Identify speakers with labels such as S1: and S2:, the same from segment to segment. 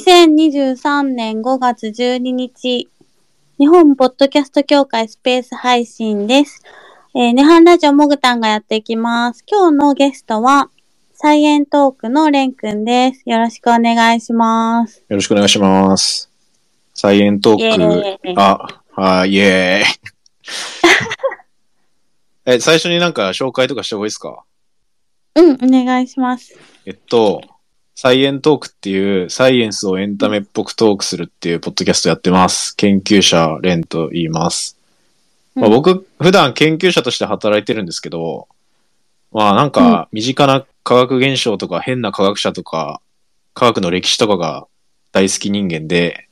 S1: 2023年5月12日、日本ポッドキャスト協会スペース配信です。えー、ネハンラジオもぐたんがやっていきます。今日のゲストは、サイエントークのれんくんです。よろしくお願いします。
S2: よろしくお願いします。サイエント
S1: イエ
S2: ーク。
S1: ーイ
S2: あ、はい、イエーイ。 え、最初になんか紹介とかした方がいいですか
S1: うん、お願いします。
S2: えっと、サイエントークっていう、サイエンスをエンタメっぽくトークするっていうポッドキャストやってます。研究者、レンと言います。まあ、
S1: うん
S2: 僕、普段研究者として働いてるんですけど、まあなんか、身近な科学現象とか、変な科学者とか、科学の歴史とかが大好き人間で、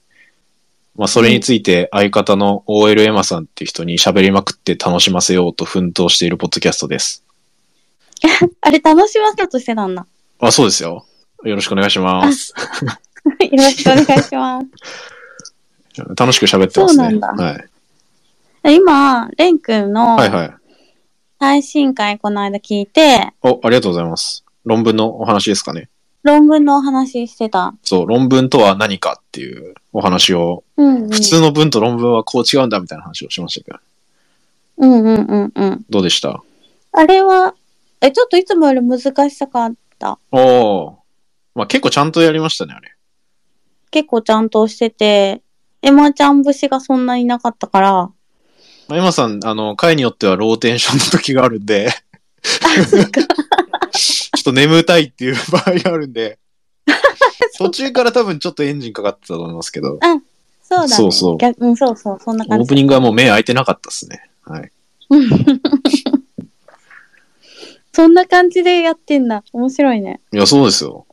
S2: まあそれについて相方の OL エマさんっていう人に喋りまくって楽しませようと奮闘しているポッドキャストです。
S1: あれ、楽しませようとしてたんだ。
S2: あ、そうですよ。よろしくお願いし ます。
S1: よろしくお願いします。
S2: 楽しく喋ってますね。
S1: そうなんだ
S2: はい。
S1: 今、れんくんの
S2: はいはい。
S1: 最新回この間聞いて、
S2: お、ありがとうございます。論文のお話ですかね。
S1: 論文のお話してた。
S2: そう、論文とは何かっていうお話を、
S1: うん、うん。
S2: 普通の文と論文はこう違うんだみたいな話をしましたけど、
S1: うんうんうんうん。
S2: どうでした
S1: あれは、え、ちょっといつもより難しさかった。
S2: おお。まあ結構ちゃんとやりましたね、あれ。
S1: 結構ちゃんとしてて、エマちゃん節がそんなになかったから、あ、
S2: まあ、今さん、あの、回によってはローテンションの時があるんで、
S1: そっか。
S2: ちょっと眠たいっていう場合がある んで、途中から多分ちょっとエンジンかかってたと思いますけ
S1: そ
S2: ど、
S1: うだ、ね。
S2: そうそう
S1: 逆うん、そうそう、そんな
S2: オ
S1: 感
S2: ープ
S1: じ。
S2: ニングはもう目開いてなかったですね。はい。
S1: そんな感じでやってんだ。面白いね。
S2: いや、そうですよ。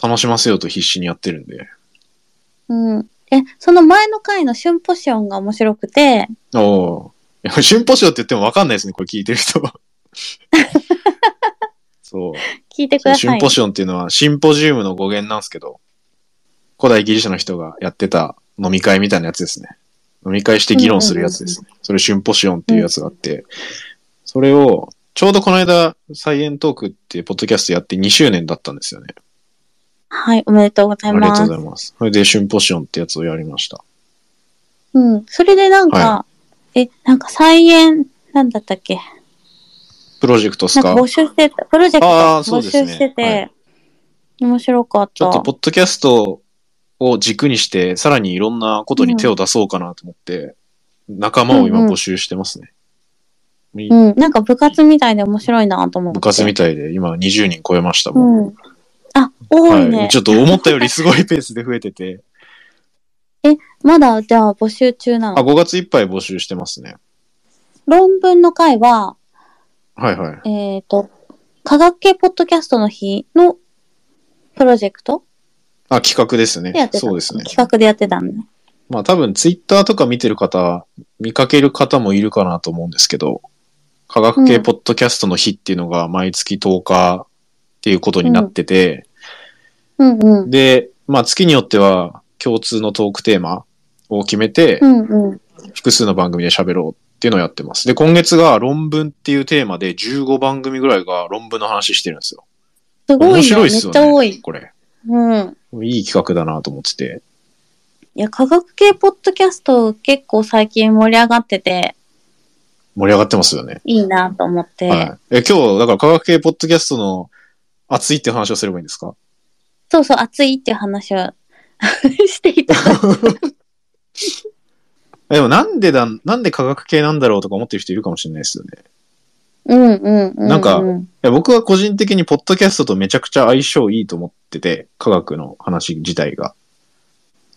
S2: 楽しませようと必死にやってるんで。
S1: うん。え、その前の回の春ポションが面白くて、
S2: おお。いや進歩賞って言っても分かんないですね、これ聞いて る人は。そう。
S1: 聞いてく
S2: そ
S1: だ
S2: う
S1: さいね。
S2: シンポシオンっていうのはシンポジウムの語源なんですけど、古代ギリシャの人がやってた飲み会みたいなやつですね。飲み会して議論するやつですね。それシンポシオンっていうやつがあって、それを、ちょうどこの間、サイエントークっていうポッドキャストやって2周年だったんですよね。
S1: はい、おめでとうござ
S2: あ
S1: い
S2: りが
S1: ま
S2: と
S1: す。
S2: うございます。それでシンポシオンってやつをやりました。
S1: うん。それでなんか、
S2: は
S1: え、なんか再演、なんだったっけ
S2: プロジェクトっす
S1: なんか
S2: か
S1: 募集してた、プロジェク
S2: あー
S1: ト
S2: そ
S1: 募
S2: うですね
S1: 集してて、
S2: はい
S1: 面白かった。
S2: ちょっとポッドキャストを軸にして、さらにいろんなことに手を出そうかなと思って、仲間を今募集してますね。み
S1: うん、なんか部活みたいで面白いなと思って。
S2: 部活みたいで、今20人超えましたもん。
S1: うん。あ、多いね。
S2: はい、ちょっと思ったよりすごいペースで増えてて、
S1: まだ、じゃあ募集中な
S2: あ、
S1: の。
S2: 5月いっぱい募集してますね。
S1: 論文の回は、
S2: はいはい。
S1: えっ、と、科学系ポッドキャストの日のプロジェクト
S2: あ、企画ですね
S1: でやっ。てた。
S2: そうですね。
S1: 企画でやってたのね。
S2: まあ多分ツイッターとか見てる方、見かける方もいるかなと思うんですけど、科学
S1: う
S2: 系
S1: ん
S2: ポッドキャストの日っていうのが毎月10日っていうことになってて、
S1: うんうん。
S2: で、まあ月によっては共通のトークテーマを決めて
S1: う、んうん。
S2: 複数の番組で喋ろうっていうのをやってます。で、今月が論文っていうテーマで15番組ぐらいが論文の話してるんですよ。
S1: すごい,、ね、
S2: 面白いっ
S1: めっ
S2: すよ
S1: ち
S2: ね。
S1: ゃ多い。
S2: これ。
S1: うん。
S2: いい企画だなと思ってて。
S1: いや、科学系ポッドキャスト結構最近盛り上がってて、
S2: 盛り上がってますよね。
S1: いいなと思って。
S2: はい。え、今日、だから科学系ポッドキャストの熱いって話をすればいいんですか
S1: そうそう、暑いっていう話を して いた。
S2: えでもなんでだ、なんで科学系なんだろうとか思ってる人いるかもしれないですよね。
S1: うんうんうん。
S2: なんか
S1: うん
S2: いや僕は個人的にポッドキャストとめちゃくちゃ相性いいと思ってて、科学の話自体が。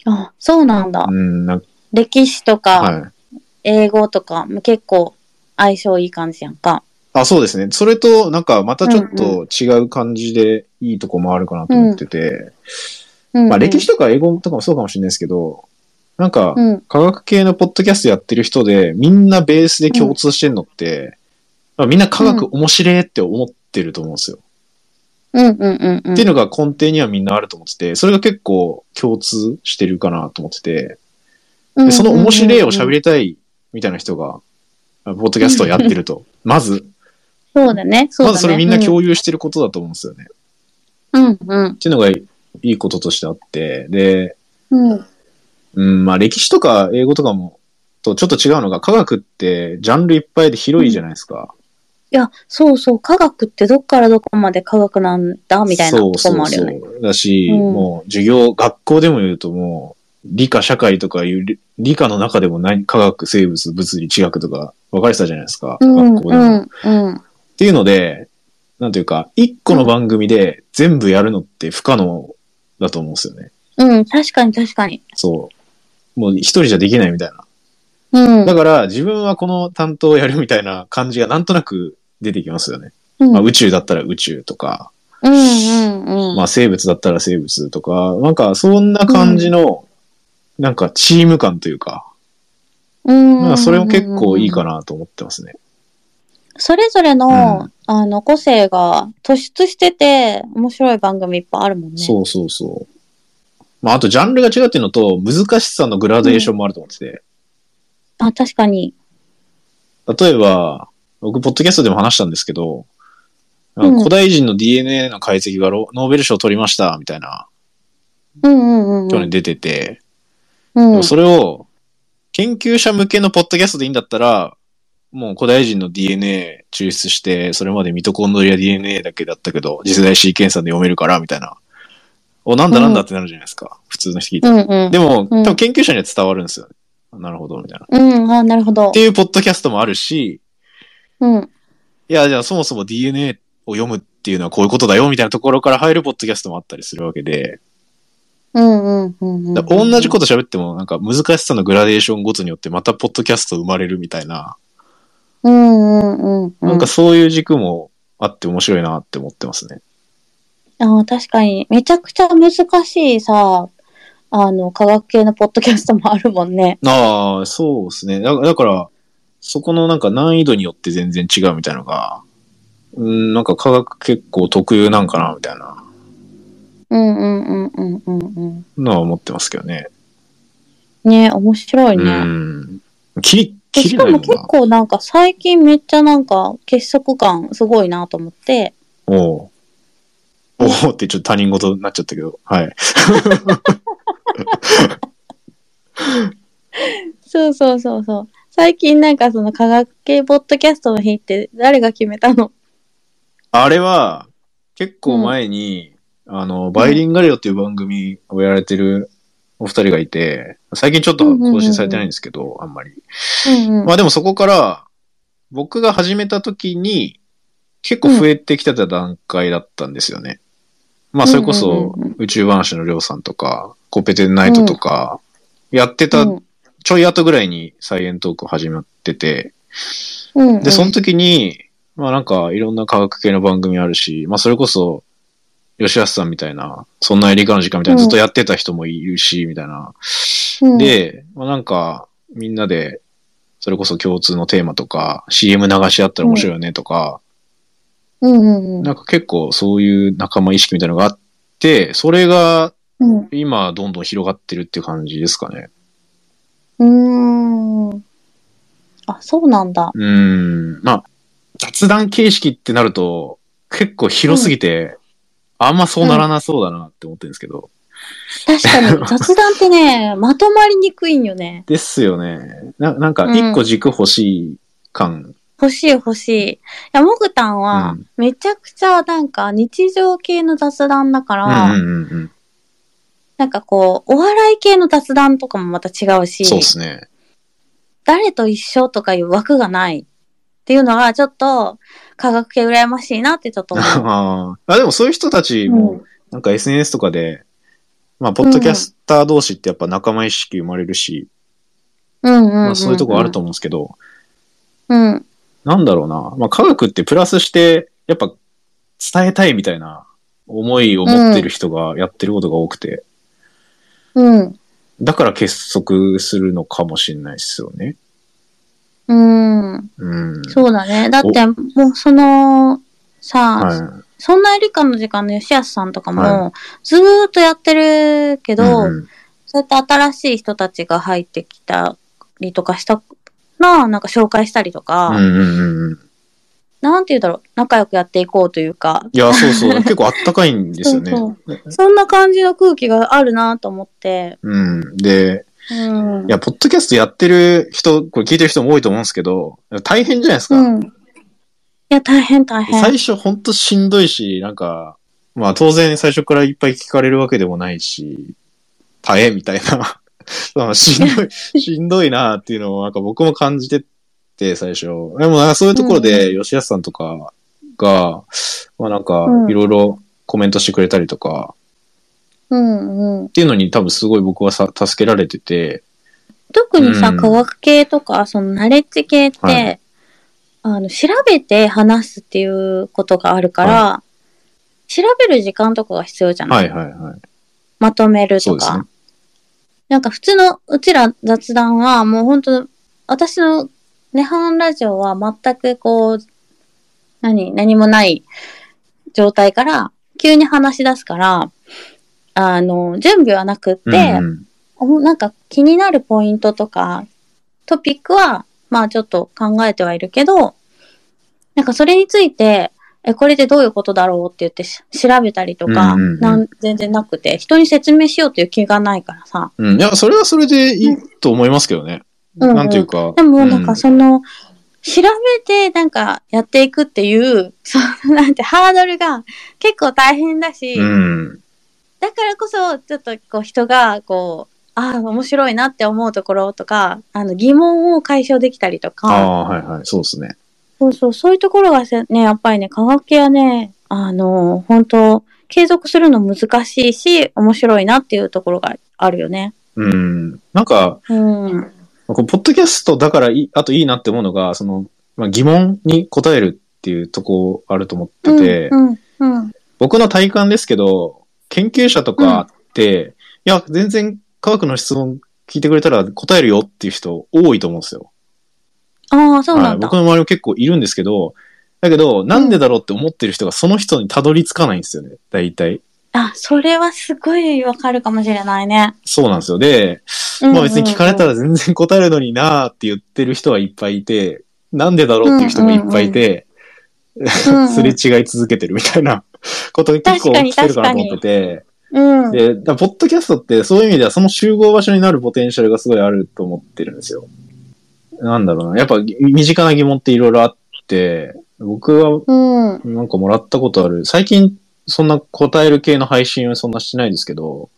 S1: あ、そうなんだ。
S2: うん、なんか、
S1: 歴史とか、
S2: はい。
S1: 英語とかも結構相性いい感じやんか。
S2: あ、そうですね。それと、なんか、またちょっ
S1: うん
S2: と違う感じでいいとこもあるかなと思ってて、
S1: うんうん、
S2: まあ、歴史とか英語とかもそうかもしれないですけど、なんか、
S1: うん。
S2: 科学系のポッドキャストやってる人で、みんなベースで共通してんのって、まあみんな科学面白いって思ってると思うんですよ。
S1: うんうんうんうん。
S2: っていうのが根底にはみんなあると思ってて、それが結構共通してるかなと思ってて、
S1: うんうんうんう
S2: で
S1: ん
S2: その面白いを喋りたいみたいな人が、ポッドキャストをやってると、まず、
S1: そうだね。そうだね。
S2: まずそれみんな共有してることだと思うんですよね。
S1: うんうん。
S2: っていうのがいいこととしてあって、で、
S1: うん。
S2: うん、まあ歴史とか英語とかも、とちょっと違うのが、科学ってジャンルいっぱいで広いじゃないですか。
S1: いや、そうそう、科学ってどっからどこまで科学なんだみたいなとこもあるよね。
S2: そうそうそう。だし、
S1: うん
S2: もう授業、学校でも言うともう、理科、社会とかいう理、理科の中でも何、科学、生物、物理、地学とか分かれてたじゃないですか。
S1: うん、
S2: 学校
S1: う
S2: でも。っ
S1: ん、うん。
S2: ていうので、なんていうか、一個の番組で全部やるのって不可能だと思うんですよね。
S1: うん、確かに確かに。
S2: そう。もう一人じゃできないみたいな。
S1: うん。
S2: だから自分はこの担当をやるみたいな感じがなんとなく出てきますよね。
S1: うん、
S2: まあ
S1: うん、
S2: 宇宙だったら宇宙とか、
S1: うん、うん。
S2: まあ生物だったら生物とか、なんかそんな感じの、なんかチーム感というか、
S1: うん
S2: なんかそれも結構いいかなと思ってますね。
S1: それぞれの、
S2: う
S1: あの個性が突出してて面白い番組いっぱいあるもんね。
S2: そうそうそう。まああとジャンルが違うっていうのと難しさのグラデーションもあると思ってて、
S1: あ確かに。
S2: 例えば、僕、ポッドキャストでも話したんですけど、あ
S1: うん
S2: 古代人の DNA の解析がロノーベル賞を取りました、みたいな
S1: うんうんうんうん。
S2: 去年出てて、
S1: う
S2: で
S1: ん
S2: もそれを研究者向けのポッドキャストでいいんだったら、もう古代人の DNA 抽出して、それまでミトコンドリア DNA だけだったけど、次世代シーケンサーで読めるから、みたいな。お、なんだなんだってなるじゃないですか。普通の人聞いて。
S1: うんうん
S2: でも、
S1: うん
S2: 多分研究者には伝わるんですよね。なるほど、みたいな。っ
S1: うん、あなるほど
S2: て。いうポッドキャストもあるし、
S1: うん。
S2: いや、じゃあそもそも DNA を読むっていうのはこういうことだよ、みたいなところから入るポッドキャストもあったりするわけで、
S1: うんうんうんうん。
S2: だから同じこと喋っても、なんか難しさのグラデーションごとによってまたポッドキャスト生まれるみたいな、
S1: と。うんうんうん。
S2: なんかそういう軸もあって面白いなって思ってますね。
S1: あ確かに。めちゃくちゃ難しいさ、あの、科学系のポッドキャストもあるもんね。
S2: ああ、そうですね。だだから、そこのなんか難易度によって全然違うみたいなのが、うん、なんか科学結構特有なんかな、みたいな
S1: うんうんうんうんうんうん。
S2: のは思ってますけどね。
S1: ね面白いうね。
S2: ん。きり、
S1: でし
S2: きり
S1: か
S2: ない
S1: も
S2: もん
S1: 結
S2: な。
S1: 構なんか最近めっちゃなんか結束感すごいなと思って。
S2: おうおうってちょっと他人事になっちゃったけど、はい。
S1: そうそうそうそう。最近なんかその科学系ポッドキャストの日って誰が決めたの
S2: あれは、結構前に、あの、バイリンガリオっていう番組をやられてるお二人がいて、最近ちょっと更新されてないんですけど、あんまり。
S1: うんうん。
S2: まあでもそこから、僕が始めた時に、結構増えてきてた段階だったんですよね。まあそれこそ
S1: うんうんうん、
S2: 宇宙話のりょうさんとか、コペテンナイトとか、やってた
S1: うん
S2: ちょい後ぐらいにサイエントーク始まってて、
S1: うんうん、
S2: で、その時に、まあなんかいろんな科学系の番組あるし、まあそれこそ、吉安さんみたいな、そんな理科の時間みたい
S1: う
S2: な
S1: ん
S2: ずっとやってた人もいるし、みたいな。
S1: うん、
S2: で、まあなんか、みんなで、それこそ共通のテーマとか、CM 流し合ったら面白いよねとか、
S1: うんうん
S2: なんか結構そういう仲間意識みたいなのがあって、それが
S1: うん。
S2: 今どんどん広がってるっていう感じですかね。
S1: うん。うーん。あ、そうなんだ。
S2: うーん、まあ、雑談形式ってなると、結構広すぎて、あんまそうならなそうだなって思ってるんですけど。
S1: 確か に雑談ってね、まとまりにくいんよね。
S2: ですよね。ななんか、一個軸欲しい感。
S1: 欲しい欲しい。いや、もぐたん
S2: う
S1: は
S2: ん、
S1: めちゃくちゃなんか日常系の雑談だか
S2: う
S1: ら、
S2: んうんうんうん。
S1: なんかこう、お笑い系の雑談とかもまた違うし、
S2: そうですね。
S1: 誰と一緒とかいう枠がないっていうのがちょっと科学系羨ましいなってちょっと思 う。
S2: あーあでもそういう人たち
S1: う
S2: も
S1: ん、
S2: なんか SNS とかで、まあ、ポッドキャスター同士ってやっぱ仲間意識生まれるし、
S1: うんうんんん、
S2: まあ、そういうとこあると思うんですけど、
S1: うん。
S2: なんだろうな。まあ、科学ってプラスして、やっぱ伝えたいみたいな思いを持ってる人がやってることが多くて、
S1: うん。
S2: だから結束するのかもしれないですよね。
S1: うん。
S2: うん。
S1: そうだね。だって、もうその、さあ、
S2: は
S1: そんな理科の時間の吉安さんとかも、
S2: は
S1: ずーっとやってるけ
S2: い。
S1: ど、
S2: うんうん
S1: そうやって新しい人たちが入ってきたりとかしたら、なんか紹介したりとか、
S2: うんうんうんうん。
S1: なんて言うんだろう、仲良くやっていこうというか、
S2: いや、そ うそう。結構あったかいんですよね。
S1: そうそんな感じの空気があるなと思って。
S2: うん。で、
S1: うん。
S2: いや、ポッドキャストやってる人、これ聞いてる人も多いと思うんですけど、大変じゃないですか。
S1: うん。いや、大変大変。
S2: 最初ほんとしんどいし、なんか、まあ当然最初からいっぱい聞かれるわけでもないし、大変みたいな。 まあしんど い、しんどいなっていうのをなんか僕も感じてて最初。でもなんかそういうところで吉安さんとかが、まあなんか
S1: うん
S2: いろいろコメントしてくれたりとか、
S1: うんうん
S2: っ。ていうのに多分すごい僕はさ助けられてて、
S1: 特にさ、
S2: うん
S1: 科学系とか、そのナレッジ系って、
S2: はい
S1: あの、調べて話すっていうことがあるから、調べる時間とかが必要じゃない、
S2: はいはいはい。
S1: まとめる
S2: そう
S1: と
S2: です
S1: か。
S2: ね。
S1: なんか普通のうちら雑談はもう本当私のネハンラジオは全くこう、何、何もない状態から急に話し出すから、あの、準備はなくって、
S2: うんうん、
S1: おなんか気になるポイントとか、トピックは、まあちょっと考えてはいるけど、なんかそれについて、え、これでどういうことだろうって言ってし調べたりとか、
S2: うんうんうん
S1: なん全然なくて、人に説明しようという気がないからさ。
S2: うん。いや、それはそれでいいと思いますけどね。
S1: うんうん
S2: なんていうか。
S1: でもなん
S2: う
S1: かその、調べてなんかやっていくっていう、 そのなんてハードルが結構大変だし、
S2: うん。
S1: だからこそ、ちょっとこう人が、こう、ああ、面白いなって思うところとか、あの疑問を解消できたりと
S2: あ
S1: か、
S2: あー、はいはい。そうですね。
S1: そうそう、そういうところがせね、やっぱりね、科学系はね、あの、本当継続するの難しいし、面白いなっていうところがあるよね。
S2: うん。なんか、
S1: うん。
S2: こうポッドキャストだからいい、あといいなって思うのが、その、まあ、疑問に答えるっていうとこあると思ってて、
S1: うん、うん、
S2: 僕の体感ですけど、研究者とかって、いや、全然科学の質問聞いてくれたら答えるよっていう人多いと思うんですよ。
S1: ああ、そうなんだ。
S2: はい、僕の周りも結構いるんですけど、だけど、なんでだろうって思ってる人がその人にたどり着かないんですよね、大体。
S1: あ、それはすごいわかるかもしれないね。
S2: そうなんですよ。で、まあ別に聞かれたら全然答えるのになーって言ってる人はいっぱいいて、なんでだろうっていう人もいっぱいいて、
S1: うんうんうん
S2: すれ違い続けてるみたいな ことが結構起きてるかなと思ってて、
S1: うん、うん。
S2: で、だからポッドキャストってそういう意味ではその集合場所になるポテンシャルがすごいあると思ってるんですよ。なんだろうな。やっぱぎ身近な疑問っていろいろあって、僕は
S1: うん。
S2: なんかもらったことある。最近そんな答える系の配信はそんなしてないですけど、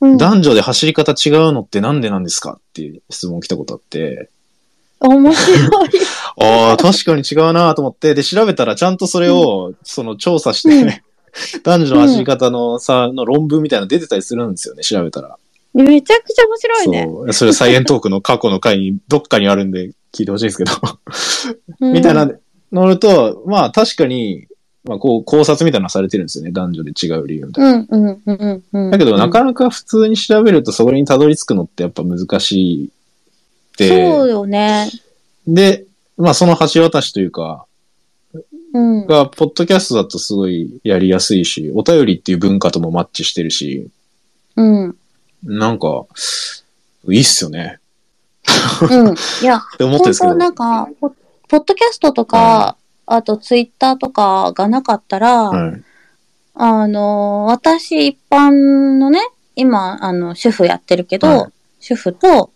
S1: うん。
S2: 男女で走り方違うのってなんでなんですかっていう質問来たことあって、
S1: 面白い。
S2: ああ、確かに違うなと思って、で、調べたらちゃんとそれを、その調査して、 男女の走り方のさ、の論文みたいなの出てたりするんですよね、調べたら。
S1: めちゃくちゃ面白いね。
S2: そう。それサイエントークの過去の回に、 どっかにあるんで聞いてほしいんですけど、みたいな、乗ると、まあ確かに、まあこう考察みたいなのされてるんですよね、男女で違う理由みたいな。
S1: うんうんうんうん。
S2: だけど、なかなか普通に調べると、そこにたどり着くのってやっぱ難しいって。
S1: そうよね。
S2: で、まあその橋渡しというか、
S1: うん。
S2: が、ポッドキャストだとすごいやりやすいし、お便りっていう文化ともマッチしてるし、
S1: うん。
S2: なんか、いいっすよね。
S1: うん。いや、
S2: って思ってる
S1: 本
S2: んですけ
S1: 当
S2: ど。
S1: なんか、ポポッドキャストとか、あとツイッターとかがなかったら、
S2: はい。
S1: あの、私一般のね、今、あの、主婦やってるけど、
S2: はい
S1: 主婦と、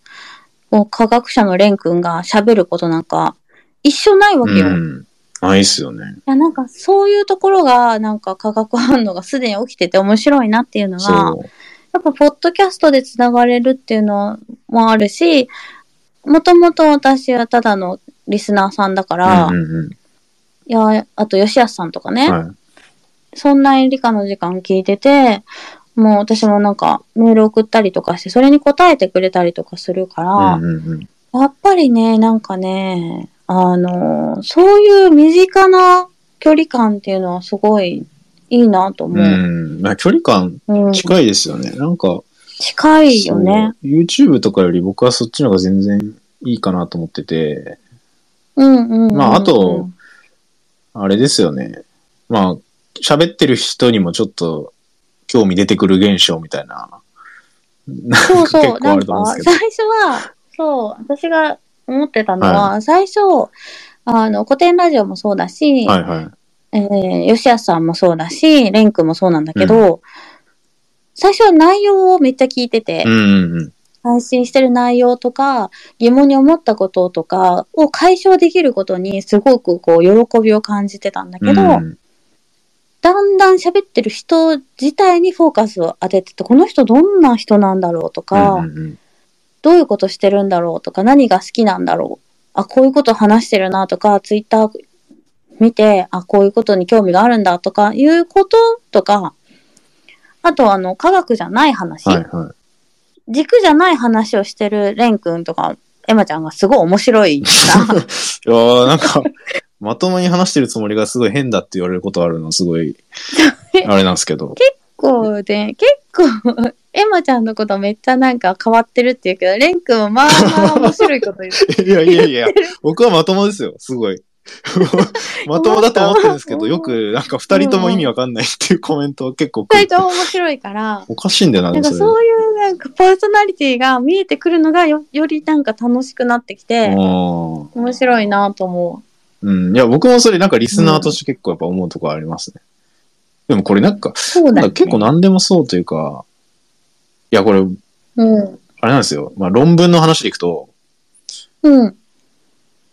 S1: こう科学者のレン君が喋ることなんか、一緒ないわけよ。
S2: う
S1: い
S2: ん。あ、いいっすよね。
S1: や、なんか、そういうところが、なんか、化学反応がすでに起きてて面白いなっていうの
S2: そ
S1: が、
S2: う。
S1: やっぱ、ポッドキャストでつながれるっていうのもあるし、もともと私はただのリスナーさんだから、
S2: うんうんうん。
S1: いや、あと、吉安さんとかね、
S2: は
S1: そんな理科の時間聞いてて、もう私もなんかメール送ったりとかして、それに答えてくれたりとかするから、
S2: い。うんうんうん。
S1: やっぱりね、なんかね、あの、そういう身近な距離感っていうのはすごいいいなと思
S2: う
S1: う。
S2: ん。まあ、距離感
S1: うん
S2: 近いですよね。なんか、
S1: 近いよね。
S2: そう YouTube とかより僕はそっちの方が全然いいかなと思ってて、
S1: うんうんうんうん。
S2: まああと、あれですよね。まあ、喋ってる人にもちょっと興味出てくる現象みたいな。
S1: そうそ
S2: 結
S1: う、
S2: 構
S1: な
S2: あ
S1: ん
S2: ると思うん
S1: か
S2: で、すけ
S1: 最初は、そう、私が思ってたのは、最初、あの、古典ラジオもそうだし、
S2: はいはい。
S1: えー、吉安さんもそうだし、レン君もそうなんだけど、最初は内容をめっちゃ聞いてて、
S2: うんうんうん。
S1: 配信してる内容とか、疑問に思ったこととかを解消できることにすごくこう、喜びを感じてたんだけど、
S2: うん
S1: だんだん喋ってる人自体にフォーカスを当ててて、この人どんな人なんだろうとか、
S2: うんうんうん
S1: どういうことしてるんだろうとか、何が好きなんだろう。あ、こういうこと話してるなとか、ツイッター見て、あ、こういうことに興味があるんだとか、いうこととか、あとあの、科学じゃない話、
S2: はいは
S1: 軸じゃない話をしてるレン君とか、エマちゃんがすごい面白 いな。
S2: い。いやーなんか、まともに話してるつもりがすごい変だって言われることあるの、すごい、あれなんですけど。
S1: こうで、結構、エマちゃんのことめっちゃなんか変わってるっていうけど、レン君はまあまあ面白い こと言う。
S2: いやいやいや、僕はまともですよ、すごい。まともだと思ってるんですけど、よくなんか二人とも意味わかんないっていうコメントを結構来
S1: 二
S2: る
S1: 人とも面白いから、
S2: おかしいんだよな、
S1: なんか
S2: でも
S1: そういうなんかパーソナリティが見えてくるのがよよりなんか楽しくなってき
S2: それ
S1: て、
S2: うん
S1: 面白いなと思
S2: うん。いや、僕もそれなんかリスナーとして結構やっぱ思うとこありますね。でもこれなんか、
S1: う。そうだ
S2: な
S1: よ、
S2: んか
S1: ね。
S2: 結構何でもそうというか、いや、これ、
S1: うん。
S2: あれなんですよ。まあ論文の話でいくと、
S1: うん。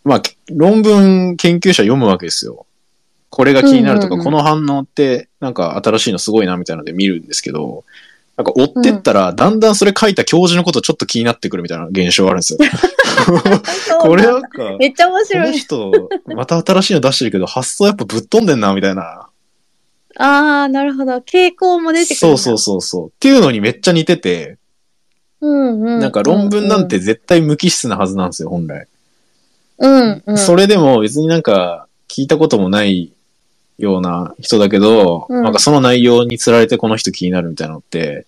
S2: まあ、け論文研究者読むわけですよ。これが気になるとか、
S1: うんうんうん
S2: この反応って、なんか新しいのすごいなみたいなので見るんですけど、なんか追ってったら、だんだんそれ書いた教授のことちょっと気になってくるみたいな現象があるんですよ。これなんか、
S1: めっちゃ 面
S2: こ
S1: 白
S2: の
S1: い。
S2: 人、また新しいの出してるけど、発想やっぱぶっ飛んでんな、みたいな。
S1: ああ、なるほど。傾向も出てくる。
S2: そうそうそうそう。っていうのにめっちゃ似てて、
S1: う。うんうん。
S2: なんか論文なんて絶対無機質なはずなんですよ、本来。
S1: うんうん。
S2: それでも別になんか聞いたこともないような人だけど、
S1: うん
S2: なんかその内容につられてこの人気になるみたいなのって、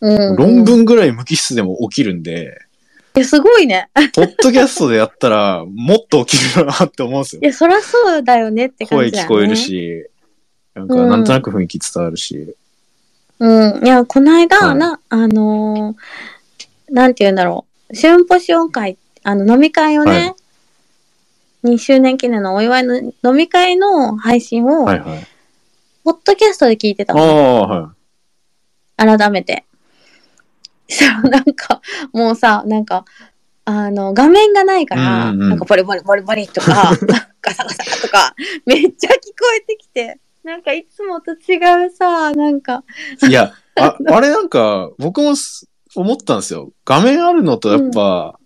S1: うんうん
S2: 論文ぐらい無機質でも起きるんで、
S1: いや、すごいね。
S2: ポッドキャストでやったらもっと起きるなって思うんですよ
S1: い。や、そらそうだよねって感
S2: 声
S1: じだ
S2: 聞
S1: よね。
S2: こえる。し、なんかなんとなく雰囲気伝わるし。
S1: うん。いや、この間、
S2: はい
S1: な、あのーなんて言うんだろう。シュンポシオン会、あの、飲み会をね、2周年記念のお祝いの飲み会の配信を、
S2: はいはい。
S1: ポッドキャストで聞いてた
S2: あ
S1: の。
S2: あ、は
S1: 改めて。 したら、なんか、もうさ、なんか、あの、画面がないから、
S2: うんうん
S1: なんか、ボリボリボリボリと か、ガサガサとか、めっちゃ聞こえてきて、なんか、いつもと違うさ、なんか、
S2: い。いや、ああれなんか僕もす思ったんですよ。画面あるのとやっぱ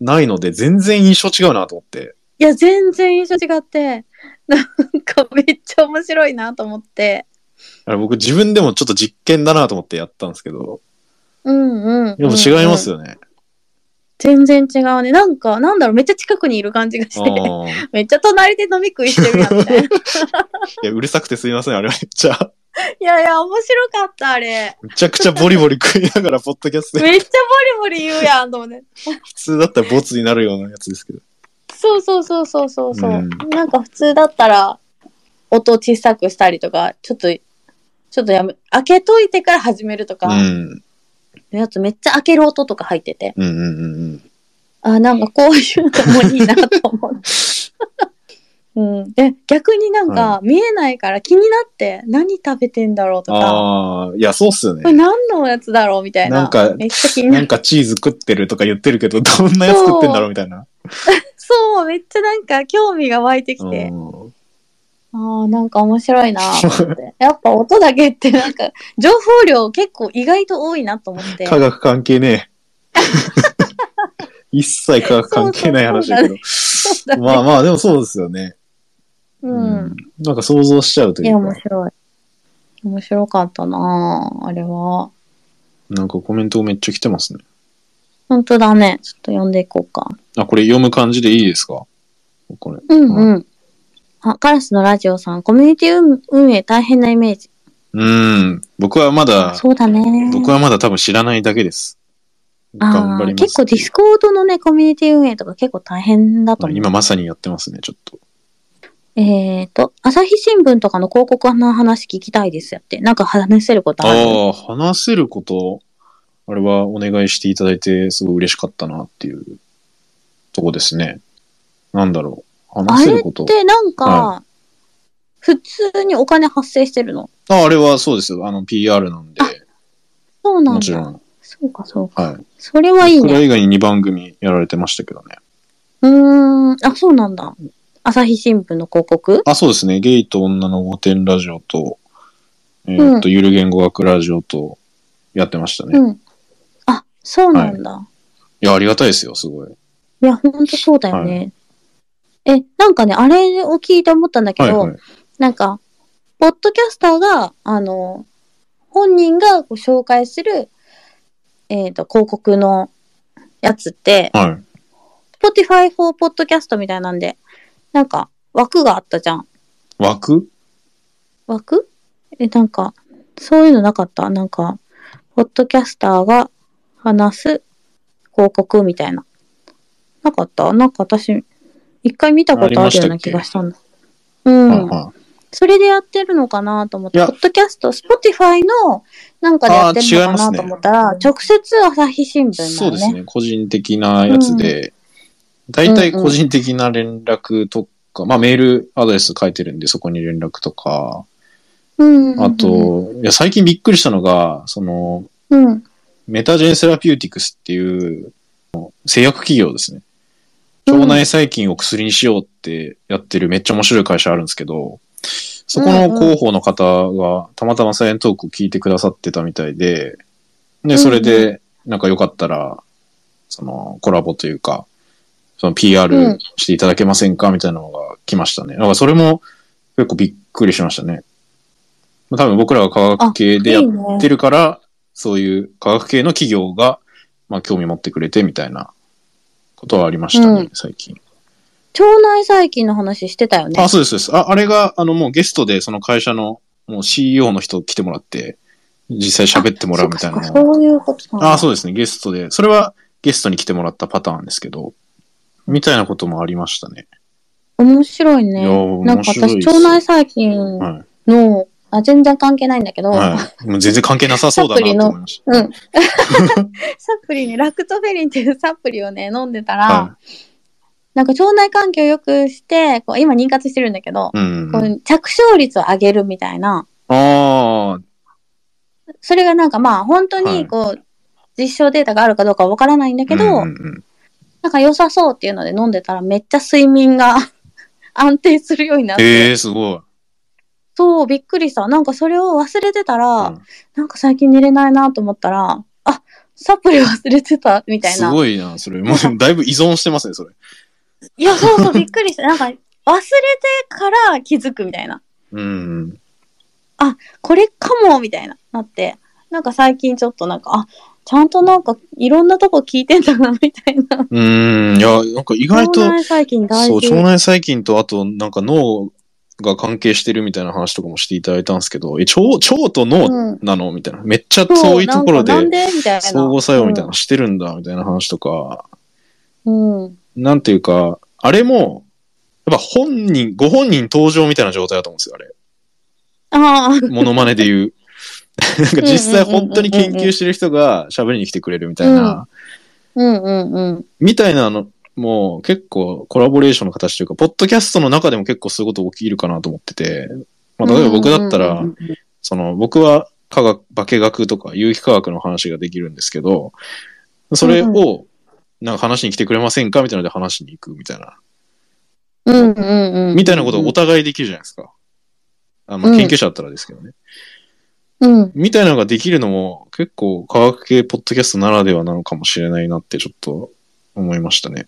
S2: ないので全然印象違うなと思って。
S1: いや、全然印象違って、なんかめっちゃ面白いなと思って。
S2: あれ僕自分でもちょっと実験だなと思ってやったんですけど、
S1: うんうん。
S2: でも違います
S1: よ。
S2: よね。
S1: 全然違うね。なんか、なんだろう、めっちゃ近くにいる感じが して、
S2: あー
S1: めっちゃ隣で飲み食いしてるやんみた いな。
S2: いや、うるさくてすいません。あれめっちゃ、
S1: いやいや、面白かった、あれ。
S2: めちゃくちゃボリボリ食いながらポッドキャスト で、
S1: めっちゃボリボリ言うやんと思って。
S2: 普通だったらボツになるようなやつですけど。
S1: そうそうそうそうそうそう、
S2: うん
S1: なんか普通だったら、音小さくしたりとか、ちょっと、ちょっとやめ、開けといてから始めるとか、
S2: うん。
S1: やつめっちゃ開ける音とか入ってて。
S2: うんうんうんうん。
S1: あ、なんかこういうのもいいなと思って。 うん、で逆になんか見えないから気になって何食べてんだろうとか、
S2: ああ、いや、そうっすよ
S1: これ
S2: ね。
S1: 何のやつだろうみたいな。
S2: なんか
S1: めっちゃ気にな
S2: なん
S1: る。
S2: かチーズ食ってるとか言ってるけど、どんなやつ食ってんだろうみたいな。
S1: そう、めっちゃなんか興味が湧いてきて、
S2: うん
S1: ああ、なんか面白いなと思って。 やっぱ音だけってなんか情報量結構意外と多いなと思って。
S2: 科学関係ね え。一切科学関係ない話だけど。
S1: そうだね
S2: まあまあ、でもそうですよね。
S1: うん。。
S2: なんか想像しちゃうと
S1: い
S2: い
S1: や、
S2: う
S1: 面
S2: か。
S1: 白い。面白かったなああれは。
S2: なんかコメントめっちゃ来てますね。
S1: 本当だね。ちょっと読んでいこうか。
S2: あ、これ読む感じでいいですかこれ。
S1: うんうん。あ、カラスのラジオさん、コミュニティ運運営大変なイメージ。
S2: うん。僕はまだ、
S1: そうだね。
S2: 僕はまだ多分知らないだけです。頑張
S1: あ
S2: り
S1: ー
S2: ます。
S1: 結構ディスコードのね、コミュニティ運営とか結構大変だと思う。
S2: 今まさにやってますね、ちょっと。
S1: えっ、と、朝日新聞とかの広告の話聞きたいですやって。なんか話せることある
S2: ああ、話せること、あれはお願いしていただいて、すごい嬉しかったなっていうとこですね。なんだろう。
S1: あ
S2: 話せ
S1: れ
S2: るこ
S1: っ
S2: と。
S1: てなんか
S2: は、
S1: 普通にお金発生してるの。
S2: ああれはそうですよ。あの、PR なんで、
S1: そうなん
S2: もちろ
S1: だ。
S2: ん。
S1: そうか、そうか。
S2: はい。
S1: それはいい
S2: 僕ら
S1: ね。
S2: 以外に2番組やられてましたけどね。
S1: うーん。あ、そうなんだ。朝日新聞の広告
S2: あ、そうですね。ゲイと女の御殿ラジオと、えーっと、ゆる言語学ラジオと、やってましたね。い
S1: うん。あ、そうなんだ。
S2: や、ありがたいですよ、すごい。
S1: いや、ほんとそうだよね。え、なんかね、あれを聞いて思ったんだけ
S2: はい
S1: ど、
S2: はい。
S1: なんか、ポッドキャスターが、あの、本人がこう紹介する、えっ、と、広告のやつって、
S2: はい。
S1: Spotify for Podcast みたいなんで、なんか、枠があったじゃん。
S2: 枠
S1: 枠え、なんか、そういうのなかったなんか、ポッドキャスターが話す広告みたいな。なかったなんか私、一回見たことあるような気がしたんだ。うん。
S2: はいはい
S1: それでやってるのかなと思って、
S2: い
S1: ポ
S2: や
S1: ッドキャスト、スポティファイのなんかでやってるのか
S2: あー違います
S1: な
S2: ね
S1: と思ったら、直接朝日新聞だよね。
S2: そうですね。個人的なやつで、大体個人的な連絡とか、まあメールアドレス書いてるんで、そこに連絡とか、
S1: うん。
S2: あ、と、いや、最近びっくりしたのが、その、
S1: うん。
S2: メタジェンセラピューティクスっていう製薬企業ですね。腸内細菌を薬にしようってやってるめっちゃ面白い会社あるんですけど、そこの広報の方がたまたまサイエントークを聞いてくださってたみたいで、で、それで、なんかよかったら、そのコラボというか、そ
S1: う
S2: の
S1: ん
S2: PR していただけませんかみたいなのが来ましたね。だからそれも結構びっくりしましたね。まあ多分僕らが科学系でやっ
S1: いいね
S2: ってるから、そういう科学系の企業が、まあ、興味持ってくれてみたいなことはありましたね、
S1: うん
S2: 最近。
S1: 腸内細菌の話してたよね
S2: あ、。そうです、そうです。あ、あれが、あの、もうゲストで、その会社の、もう CEO の人来てもらって、実際喋ってもらうみた
S1: そ
S2: いな
S1: っかそっかそういうことなんだ
S2: あ、そうですね、ゲストで。それはゲストに来てもらったパターンですけど、みたいなこともありましたね。
S1: 面白いね。
S2: いやー
S1: なんか
S2: 面白
S1: 私、
S2: いっす
S1: 腸内細菌
S2: は
S1: の、あ、全然関係ないんだけど、
S2: い。はい。もう全然関係なさそうだなと思いまし
S1: うん。サプリに、ラクトフェリンっていうサプリをね、飲んでたら、
S2: た。は
S1: なんか腸内環境を良くして、こう今妊活してるんだけど、
S2: い。うん。
S1: こう着床率を上げるみたいな、
S2: ああ、
S1: それがなんかまあ本当
S2: は
S1: に
S2: い
S1: こう、実証データがあるかどうかわからないんだけど、
S2: うんうんうん
S1: なんか良さそうっていうので飲んでたらめっちゃ睡眠が 安定するようになって、
S2: ええすごい。
S1: そう、びっくりした。なんかそれを忘れてたら、
S2: うん
S1: なんか最近寝れないなと思ったら、あ、サプリ忘れてたみたい
S2: す
S1: な。
S2: ごいな、それ。もう、だいぶ依存してますね、それ。
S1: いや、そうそう、びっくりした。なんか忘れてから気づくみたいな。
S2: うん。
S1: これかもみたいな、なって。なんか最近ちょっとなんか、あ、ちゃんとなんかいろんなとこ聞いてんだな、みたいな。
S2: うん。いや、なんか意外と
S1: 腸、内細菌大
S2: そう、
S1: 事。
S2: 腸内細菌と、あと、なんか脳が関係してるみたいな話とかもしていただいたんですけど、え、腸、腸と脳
S1: うん。
S2: なのみたいな。めっちゃ
S1: そう
S2: 遠いとこ
S1: な
S2: ろ
S1: ん
S2: で、
S1: かなんでみたいな。
S2: 相互作用みたいなのしてるんだ、みたいな話とか、
S1: うん。うん。
S2: なんていうか、あれも、やっぱ本人、ご本人登場みたいな状態だと思うんですよ、あれ。
S1: ああ。
S2: モノマネ で言う。なんか実際本当に研究してる人が喋りに来てくれるみたいな。
S1: うんうんうん。
S2: みたいなのも結構コラボレーションの形というか、ポッドキャストの中でも結構そういうこと起きるかなと思ってて、まあ、例えば僕だった
S1: うんう
S2: ら
S1: んう、んうん
S2: その僕は科学、化学とか有機化学の話ができるんですけど、それ
S1: うん
S2: をなんか話に来てくれませんかみたいなので話しに行くみたいな、
S1: うんうんうん。
S2: みたいなことをお互いできるじゃないですか。あまあ、
S1: うん
S2: 研究者だったらですけどね。
S1: うん。
S2: みたいなのができるのも結構科学系ポッドキャストならではなのかもしれないなってちょっと思いましたね。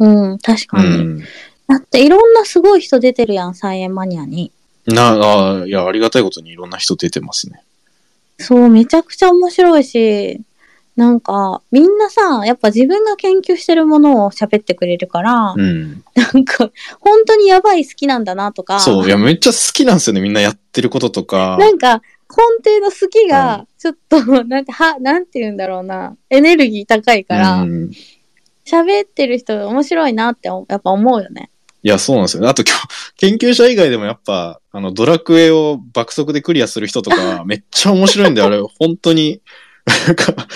S1: うん。確
S2: う
S1: かに。
S2: ん。
S1: だっていろんなすごい人出てるやん、菜園マニアに。
S2: なあ、いや、ありがたいことにいろんな人出てますね。
S1: そう、めちゃくちゃ面白いし、なんか、みんなさ、やっぱ自分が研究してるものを喋ってくれるから、
S2: うん。
S1: なんか、本当にやばい好きなんだなとか、
S2: そう、いや、めっちゃ好きなんですよね、みんなやってることとか。
S1: なんか、根底の好き
S2: う
S1: が、ちょっと、 なんか、は、なんて言うんだろうな、エネルギー高いから
S2: う、ん。い
S1: 喋ってる人面白いなって、やっぱ思うよね。
S2: や、そうなんですよね。あと、きょ 研究者以外でもやっぱ、あの、ドラクエを爆速でクリアする人 とか、めっちゃ面白いんで、あれ、本当に、なんか、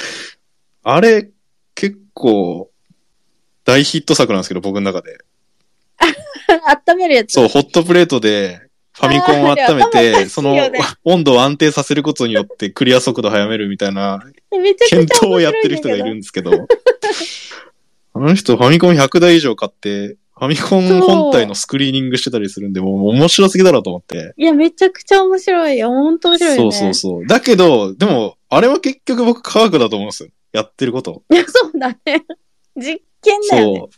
S2: あれ、結構、大ヒット作なんですけど、僕の中で。
S1: 温めるやつ。
S2: そう、ホットプレートでファミコンを温め
S1: あーあれ頭おかしいよ
S2: て、
S1: ね
S2: その温度を安定させることによってクリア速度を早めるみたいな
S1: めちゃく
S2: 検
S1: ちゃ
S2: 討
S1: 面
S2: を
S1: 白いんだけど。
S2: やってる人がいるんですけど、あの人ファミコン100台以上買って、ファミコン本体のスクリーニングしてたりするんで、もう面白すぎだろうと思って。
S1: いや、めちゃくちゃ面白いよ。ほんと面白いよ
S2: そ
S1: ね。
S2: うそうそう。だけど、でも、あれは結局僕科学だと思うんですよ。やってること。
S1: いや、 そうだね。実験だよね。
S2: そう。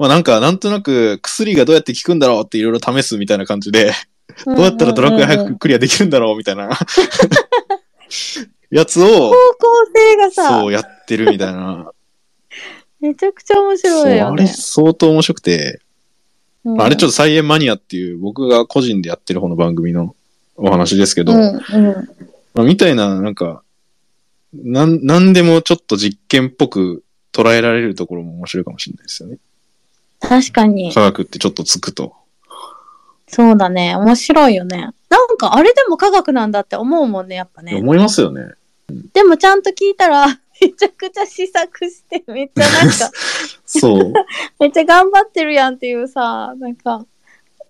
S2: まあなんか、なんとなく薬がどうやって効くんだろうっていろいろ試すみたいな感じで、
S1: ど
S2: どうやったらドラクエ早くクリアできるんだろうみたいなやつを、
S1: 方向性がさ
S2: そう、やってるみたいな。
S1: めちゃくちゃ面白い
S2: そう
S1: よ
S2: あれ
S1: ね。
S2: 相当面白くて、まああれちょ
S1: っ
S2: っと菜園マニアっていう僕が個人でやってる方の番組のお話ですけど、
S1: うんうん
S2: まあ、みたいな、なんか、なん、なんでもちょっと実験っぽく捉えられるところも面白いかもしれないですよね。
S1: 確かに。
S2: 科学ってちょっとつくと。
S1: そうだね。面白いよね。なんか、あれでも科学なんだって思うもんね、やっぱね。
S2: 思いますよね。
S1: でもちゃんと聞いたら、 めちゃくちゃ試作して、めっちゃなん か、
S2: そう。
S1: めっちゃ頑張ってるやんっていうさ、なんか、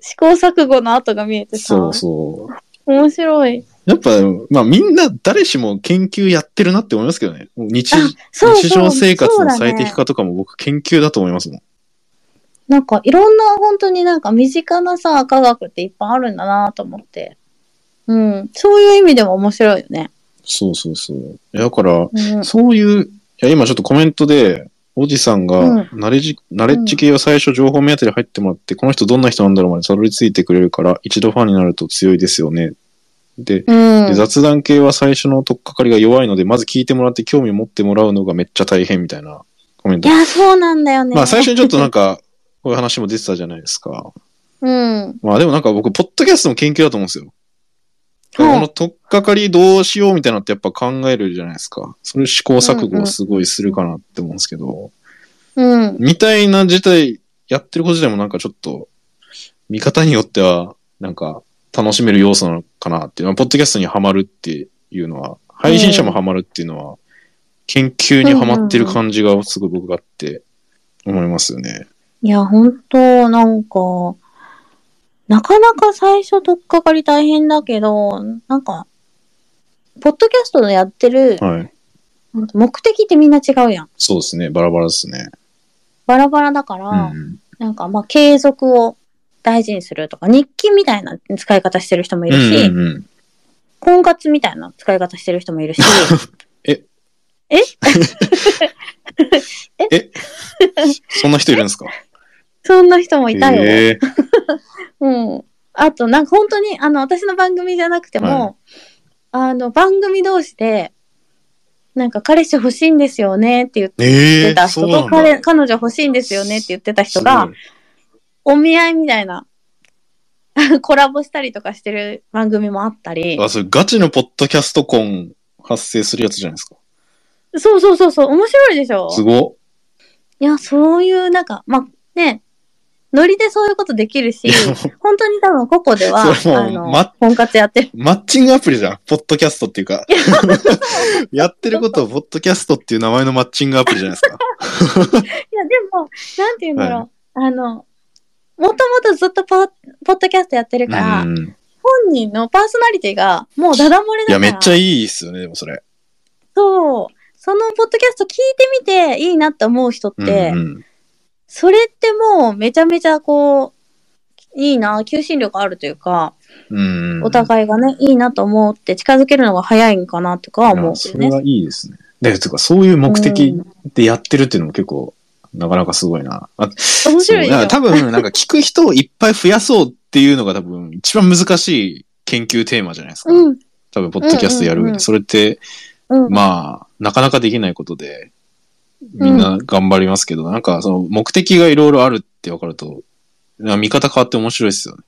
S1: 試行錯誤の跡が見えてさ、
S2: そうそう。
S1: 面白い。
S2: やっぱ、まあみんな誰しも研究やってるなって思いますけどね。もう日
S1: あそうそう
S2: 日常生活の最
S1: そう
S2: 適
S1: だね
S2: 化とかも僕研究だと思いますもん。
S1: なんか、いろんな本当になんか身近なさ、科学っていっぱいあるんだなと思って。うん。そういう意味でも面白いよね。
S2: そうそうそう。いやだから、
S1: うん。
S2: そういう、いや今ちょっとコメントで、おじさん
S1: うん
S2: が、ナレッジ、ナレッジ系は最初情報目当てで入ってもらって、この人どんな人なんだろうまでたどり着いてくれるから、一度ファンになると強いですよね。で、
S1: うん
S2: で、雑談系は最初の取っかかりが弱いので、まず聞いてもらって興味を持ってもらうのがめっちゃ大変みたいなコメン
S1: い
S2: ト。
S1: や、そうなんだよね。
S2: まあ最初にちょっとなんか、こういう話も出てたじゃないですか。
S1: うん。
S2: まあでもなんか僕、ポッドキャストの研究だと思うんですよ。こ
S1: はい
S2: の取っかかりどうしようみたいなのってやっぱ考えるじゃないですか。それ試行錯誤をすごいするかなって思うんですけど、
S1: うん。
S2: みたいな事態、やってること自体もなんかちょっと、見方によっては、なんか楽しめる要素なのかなっていうのは、ポッドキャストにはまるっていうのは、配信者もはまるっていうのは、研究にはまってる感じがすごい僕があって、思いますよね。
S1: いや、本当なんか、なかなか最初取っかかり大変だけど、なんか、ポッドキャストのやってる
S2: はい。
S1: 目的ってみんな違うやん。
S2: そうですね。バラバラですね。
S1: バラバラだから、
S2: うん。
S1: なんかまあ継続を大事にするとか、日記みたいな使い方してる人もい
S2: うんう
S1: るし、
S2: んうん。
S1: 婚活みたいな使い方してる人もいる し。
S2: え
S1: え
S2: そんな人いるんですか
S1: そんな人 もいたよ。
S2: へえ
S1: うん。あと、なんか本当に、あの、私の番組じゃなくても、あの、番組同士で、なんか彼氏欲しいんですよねって言っ
S2: え
S1: てた
S2: ー、そ
S1: 人
S2: うな
S1: と、
S2: んだ。
S1: 彼彼女欲しいんですよねって言ってた人
S2: す
S1: が
S2: ごい、
S1: お見合いみたいな、 コラボしたりとかしてる番組もあったり、
S2: あ、それガチのポッドキャスト婚発生するやつじゃないですか。
S1: そうそうそう、そう面白いでしょ
S2: すご
S1: いや、そういう、なんか、まあ、ね、ノリでそういうことできる
S2: い
S1: し
S2: やもう、
S1: 本当に多分、ここでは、
S2: それもう
S1: あの、
S2: ま
S1: 婚活やってる。
S2: マッチングアプリじゃん。ポッドキャストってい うか。やってることをポッドキャストっていう名前のマッチングアプリじゃないです か。
S1: いや、でも、なんて言うんだろう。あの、もともとずっとポポッドキャストやってるから、
S2: うん。い
S1: 本人のパーソナリティがもうダダ漏れだから。
S2: や、めっちゃいいっすよね、でもそれ。
S1: そう。そのポッドキャスト聞いてみていいなって思う人っ
S2: うん
S1: て、
S2: うん。
S1: それってもうめちゃめちゃこう、いいな、求心力あるというか、
S2: うんうん。
S1: お互いがね、いいなと思って近づけるのが早いんかなとかは思
S2: いうや
S1: け
S2: そ
S1: ど
S2: れ
S1: ね。
S2: はいいですね。で、とか、そういう目的
S1: うん
S2: でやってるっていうのも結構、なかなかすごいな。あ
S1: 面白い
S2: そうだから
S1: よ。
S2: 多分、なんか聞く人をいっぱい増やそうっていうのが多分一番難しい研究テーマじゃないですか。
S1: うん。
S2: 多分、ポッドキャストやる上
S1: うんうんう
S2: で。
S1: ん
S2: それって、
S1: うん。
S2: まあ、なかなかできないことで、みんな頑張りますけど、なんかその目的がいろいろあるって分かると、なんか見方変わって面白いですよね。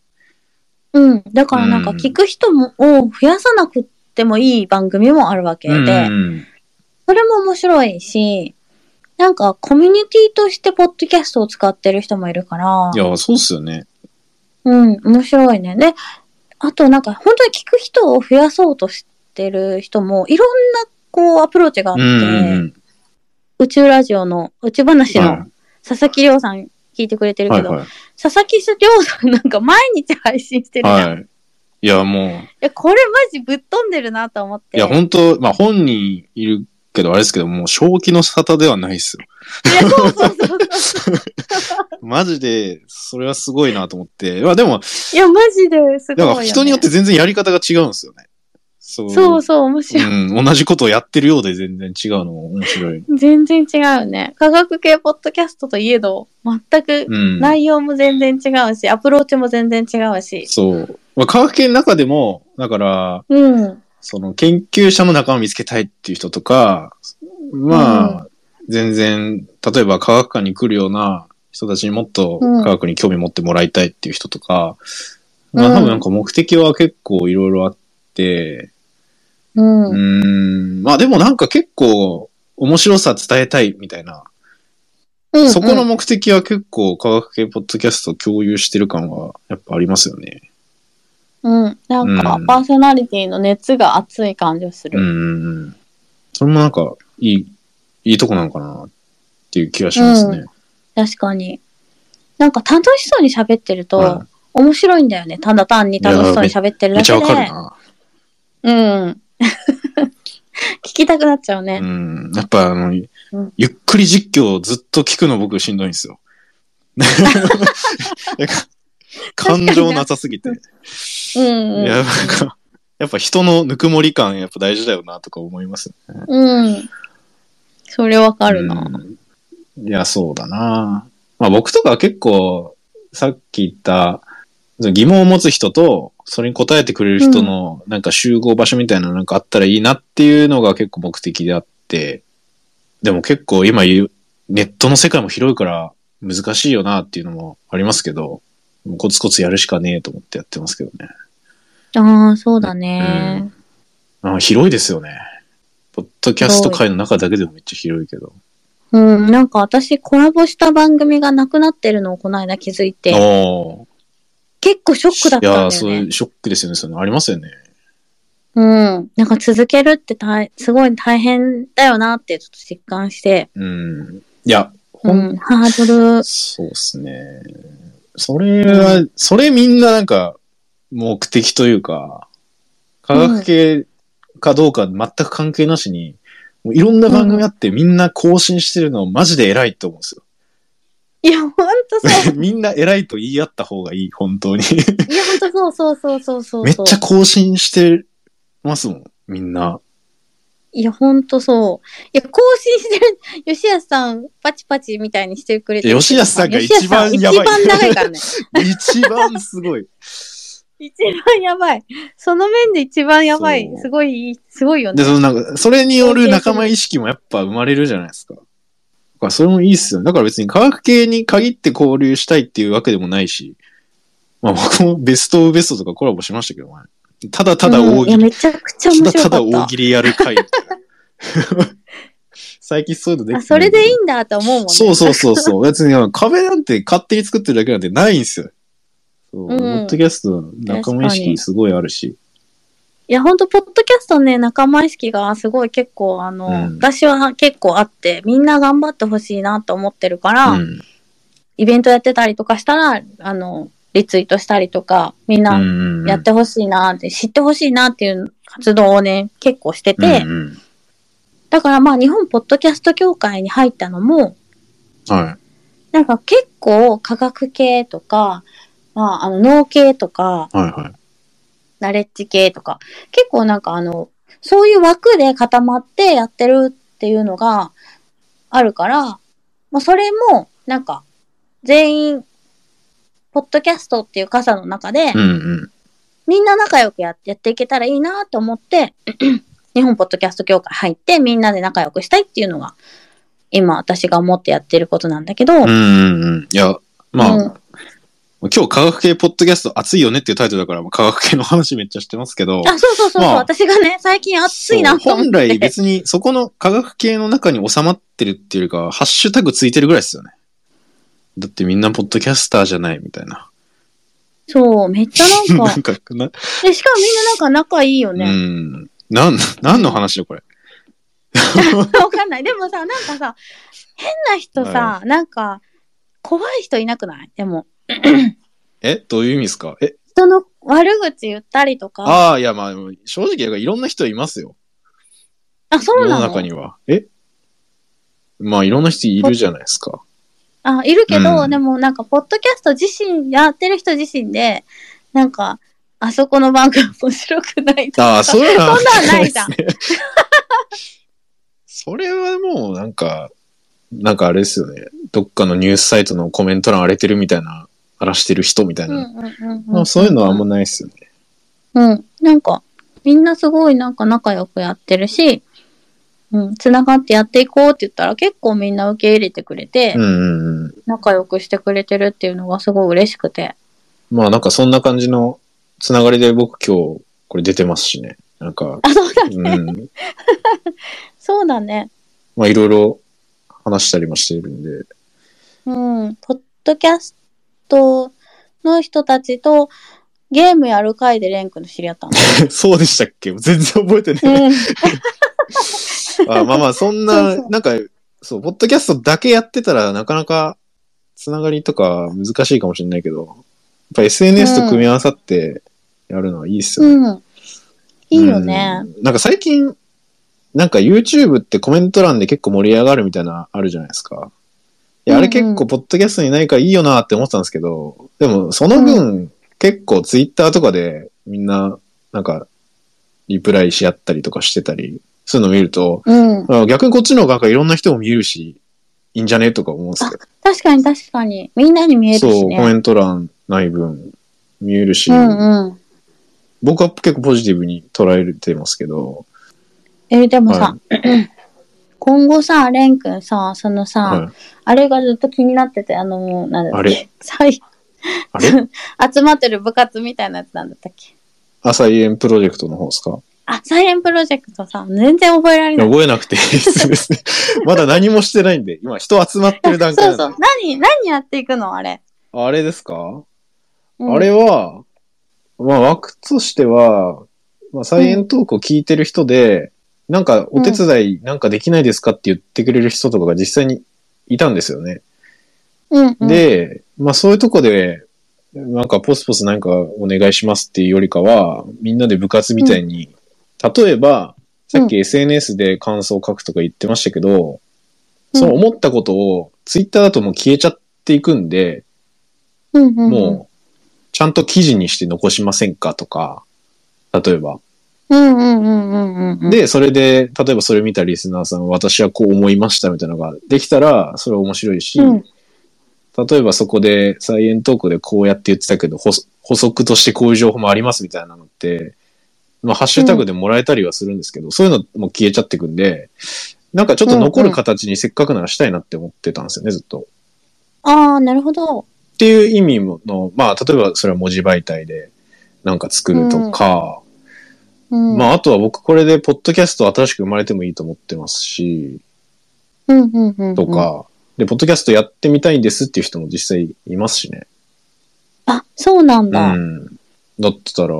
S1: うん。だからなんか
S2: うん
S1: 聞く人も、を増やさなくてもいい番組もあるわけで、
S2: うんうん
S1: それも面白いし、なんかコミュニティとしてポッドキャストを使ってる人もいるから
S2: うん。い、や、そうっすよね。
S1: うん、面白いね。で、あとなんか本当に聞く人を増やそうとしてる人も、いろんなこうアプローチがあっ
S2: う
S1: て、
S2: んうんうん。
S1: 宇宙ラジオの宇宙話
S2: は
S1: の佐々木亮さん聞いてくれてる
S2: は
S1: け
S2: い
S1: ど、
S2: はい。
S1: 佐々木亮さんなんか毎日配信してるじゃん。い、
S2: はい。いや、も
S1: や、これマジぶっ飛んでるなと思っ
S2: う、
S1: て。
S2: いや、本当まあ、本人いるけど、あれですけど、もう、正気の沙汰ではないですよ。
S1: いやそうそう そうそ
S2: マジで、それはすごいなと思って。まあ、でも、
S1: う。いや、マジですごい
S2: だ
S1: よ、
S2: から
S1: ね。
S2: 人によって全然やり方が違うんですよね。そう。
S1: そうそう、面白い。
S2: うん、同じことをやってるようで全然違うのも面白い。
S1: 全然違うよね。科学系ポッドキャストといえど、全く
S2: うん。
S1: 内容も全然違うし、アプローチも全然違うし。
S2: そう。まあ、科学系の中でも、だから、
S1: うん。
S2: その研究者の仲間を見つけたいっていう人とか、まあ、全然、例えば科学館に来るような人たちにもっと
S1: うん
S2: 科学に興味持ってもらいたいっていう人とか、
S1: うん
S2: まあ多分なんか目的は結構いろいろあって、
S1: うん。
S2: うーん、まあでもなんか結構面白さ伝えたいみたいな、
S1: うん
S2: そこの目的は結構科学系ポッドキャスト共有してる感はやっぱありますよね。
S1: うん。なんか、
S2: うん
S1: パーソナリティの熱が熱い感じがす
S2: う
S1: る。
S2: ん。それもなんかいい、いいとこなのかなっていう気がしますね。
S1: 確かに。なんか楽しそうに喋ってると、
S2: うん
S1: 面白いんだよね。ただ単に楽しそうに喋ってるだ
S2: めっちゃ
S1: け
S2: わかる
S1: で。
S2: な。
S1: うん。 聞きたくなっちゃう
S2: う
S1: ね。
S2: ん。やっぱあの、
S1: ん
S2: ゆっくり実況をずっと聞くの僕しんどいんで すよ。なんか感情なさすぎて。
S1: うん、
S2: い
S1: うん。
S2: や、なんか、やっぱ人のぬくもり感やっぱ大事だよなとか思いますね。
S1: うん。それわかるな。
S2: うんいや、そうだな。まあ僕とかは結構、さっき言った、疑問を持つ人と、それに答えてくれる人の、なんか集合場所みたいななんかあったらいいなっていうのが結構目的であって、でも結構今言う、ネットの世界も広いから難しいよなっていうのもありますけど、もうコツコツやるしかねえと思ってやってますけどね。
S1: ああ、そうだね。
S2: あ広いですよね。ポッドキャスト界の中だけでもめっちゃ広いけど。
S1: うん、なんか私コラボした番組がなくなってるのをこの間気づいて、
S2: おー
S1: 結構ショックだったんだ
S2: い
S1: よ
S2: やー、
S1: ね。
S2: そういうショックですよね。そういうのありますよね。
S1: うん。なんか続けるって大すごい大変だよなってちょっと実感して、
S2: うん。いや、
S1: う
S2: ほん、
S1: ん、ハードル、
S2: そうですね。それは、それみんななんか、目的というか、科学系かどうか全く関係なしに、もういろんな番組あってみんな更新してるのマジで偉いと思うんですよ。
S1: いや、ほんとそう。
S2: みんな偉いと言い合った方がいい、本当に。
S1: いや、ほんとそうそうそうそうそう。
S2: めっちゃ更新してますもん、みんな。
S1: いや、ほんとそう。いや、更新してる、吉 安さん、パチパチみたいにしてくれてる。
S2: 吉安さんが一番やば
S1: 吉安
S2: い
S1: さん一番長いからね。
S2: 一番すごい。
S1: 一番やばい。その面で一番やばい
S2: そ。う
S1: すごいいい、すごいよ
S2: で、
S1: ね。
S2: そのなんか、それによる仲間意識もやっぱ生まれるじゃないですか。だからそれもいいっすよね。だから別に科学系に限って交流したいっていうわけでもないし、まあ僕もベストオブベストとかコラボしましたけどね。ただただ
S1: うん
S2: 大
S1: い
S2: 喜
S1: や、
S2: 利、
S1: めちゃくちゃ
S2: た
S1: 面
S2: だ
S1: 白か
S2: た
S1: った。
S2: だ大喜利やる 会。最近そういうのできて
S1: あ、それでいい
S2: ん
S1: んだと思うもんね。
S2: そうそうそうそう。別にあの壁なんて勝手に作ってるだけなんてないんですよ。そう。ポ、
S1: うん
S2: ッドキャストの仲間意
S1: 確か
S2: 識
S1: に
S2: すごいあるし。
S1: いや、ほんと、ポッドキャストね、仲間意識がすごい結構、あの、
S2: うん
S1: 私は結構あって、みんな頑張ってほしいなと思ってるから、
S2: うん。
S1: イベントやってたりとかしたら、あの、リツイートしたりとか、みんな
S2: うん
S1: やってほしいなって、知ってほしいなっていう活動をね、結構してて、
S2: うんうん
S1: だからまあ、日本ポッドキャスト協会に入ったのも、
S2: はい。
S1: なんか結構科学系とか、まあ、あの、農系とか、
S2: はいはい。
S1: ナレッジ系とか、結構なんかあの、そういう枠で固まってやってるっていうのがあるから、まあ、それも、なんか、全員、ポッドキャストっていう傘の中で、
S2: うんうん。
S1: みんな仲良くややっていけたらいいなと思って、 日本ポッドキャスト協会入って、みんなで仲良くしたいっていうのが、今私が思ってやってることなんだけど、
S2: うんうんうん。いや、まあ、
S1: うん
S2: 今日科学系ポッドキャスト熱いよねっていうタイトルだから、まあ科学系の話めっちゃしてますけど。
S1: あ、そうそうそうそう、
S2: まあ
S1: 私がね、最近熱いなと
S2: そう
S1: 思っ
S2: 本
S1: て。
S2: 来別にそこの科学系の中に収まってるっていうよりかは、ハッシュタグついてるぐらいですよね。だってみんなポッドキャスターじゃないみたいな。
S1: そう、めっちゃなん
S2: な
S1: か
S2: ん、か、な、
S1: で、しかもみんななんか仲いいよね。
S2: うん。なん、なんの話だこれ。
S1: わかんない。でもさ、なんかさ、変な人さ、なんか、怖い人いなくないでも、
S2: えどういう意味ですかえ
S1: 人の悪口言ったりとか。あ、
S2: ああ、いや、まあ、正直、いろんな人いますよ。
S1: そう
S2: 世
S1: な
S2: の
S1: の
S2: 中には。えまあ、いろんな人いるじゃないですか。
S1: あ、いるけど、
S2: うん
S1: でもなんか、ポッドキャスト自身、やってる人自身で、なんか、あそこの番組面白くないとか。
S2: ああ、 そういうのは
S1: そんなんないじゃん。
S2: それはもう、なんか、なんかあれですよね。どっかのニュースサイトのコメント欄荒れてるみたいな、荒らしてる人みたい
S1: うん
S2: な。
S1: うんうん
S2: ま
S1: う
S2: あ、
S1: ん。
S2: そういうのはあんまないですよね。
S1: うん。なんか、みんなすごいなんか仲良くやってるし、うん、つながってやっていこうって言ったら結構みんな受け入れてくれて、
S2: うんうんうん。
S1: 仲良くしてくれてるっていうのがすごい嬉しくて。
S2: まあ、なんかそんな感じのつながりで僕今日、これ出てますしね。なんか、
S1: あ、そうだ、
S2: うん。
S1: そうだね。
S2: まあ、いろいろ話したりもしているんで。
S1: うん。ポッドキャストの人たちとゲームやる会でレン君の知り合ったの。
S2: そうでしたっけ全然覚えてない。
S1: うん。
S2: あまあまあ、そん な、
S1: そうそう
S2: なんか、そう、ポッドキャストだけやってたら、なかなか、つながりとか難しいかもしれないけど、やっぱ SNS と組み合わさってやるのはいいっすよね。
S1: うん。いいよね。
S2: うん。なんか最近、なんか YouTube ってコメント欄で結構盛り上がるみたいな、あるじゃないですか。いや、あれ結
S1: うんう
S2: 構、
S1: ん
S2: ポッドキャストにないからいいよなって思ってたんですけど、でも、その分、結構 Twitter とかで、みんな、なんか、リプライし合ったりとかしてたり、そういうの見ると、
S1: うん。
S2: あ逆にこっちの方がなんかいろんな人も見えるし、いいんじゃねとか思うんですけど。
S1: 確かに確かに。みんなに見える
S2: そう、
S1: し
S2: コ
S1: ね。
S2: メント欄ない分、見えるし、
S1: うんうん。
S2: 僕は結構ポジティブに捉えてますけど、
S1: え、でもさ
S2: は、
S1: 今後さ、レン君さ、そのさ、
S2: はい、
S1: あれがずっと気になってて、あの、なんだっ
S2: あ
S1: け
S2: れ。
S1: 再
S2: あれ
S1: 集まってる部活みたいなやつなんだったっけ。
S2: アサイエンプロジェクトの方ですか
S1: あ、サイレンプロジェクトさ、全然覚えられ
S2: い
S1: な
S2: や
S1: い。
S2: 覚えなくていいですね。 まだ何もしてないんで、今人集まってる段
S1: そう
S2: 階
S1: そ
S2: なん
S1: う
S2: で。。
S1: 何、何やっていくのあれ。
S2: あれですか、
S1: うん
S2: あれは、まあ枠としては、まあサイエントークを聞いてる人で、なんかお手伝いなんかできないですかって言ってくれる人とかが実際にいたんですよね。
S1: うん、うん。
S2: で、まあそういうとこで、なんかポスポスなんかお願いしますっていうよりかは、みんなで部活みたいに、例えば、さっき SNS で感想を書くとか言ってましたけど、
S1: うん
S2: その思ったことをツイッターだともう消えちゃっていくんで、
S1: うんうんうん、
S2: もう、ちゃんと記事にして残しませんかとか、例えば。
S1: うんうんうんうんうんうん。
S2: で、それで、例えばそれ見たリスナーさん、私はこう思いましたみたいなのができたら、それは面白いし、
S1: うん
S2: 例えばそこで、サイエントークでこうやって言ってたけど、補補足としてこういう情報もありますみたいなのって、まあ、ハッシュタグでもらえたりはするんですけど、そういうのも消えちゃってくんで、なんかちょっと残る形にせっかくならしたいなって思ってたんですよね、ずっと。
S1: ああ、なるほど。
S2: っていう意味もの、まあ、例えばそれは文字媒体でなんか作るとか、
S1: うん、
S2: まあ、あとは僕これで、ポッドキャスト新しく生まれてもいいと思ってますし、
S1: うんうんうんうん、
S2: と。か、で、ポッドキャストやってみたいんですっていう人も実際いますしね。
S1: あ、そうなん
S2: う
S1: だ。
S2: ん。だったら、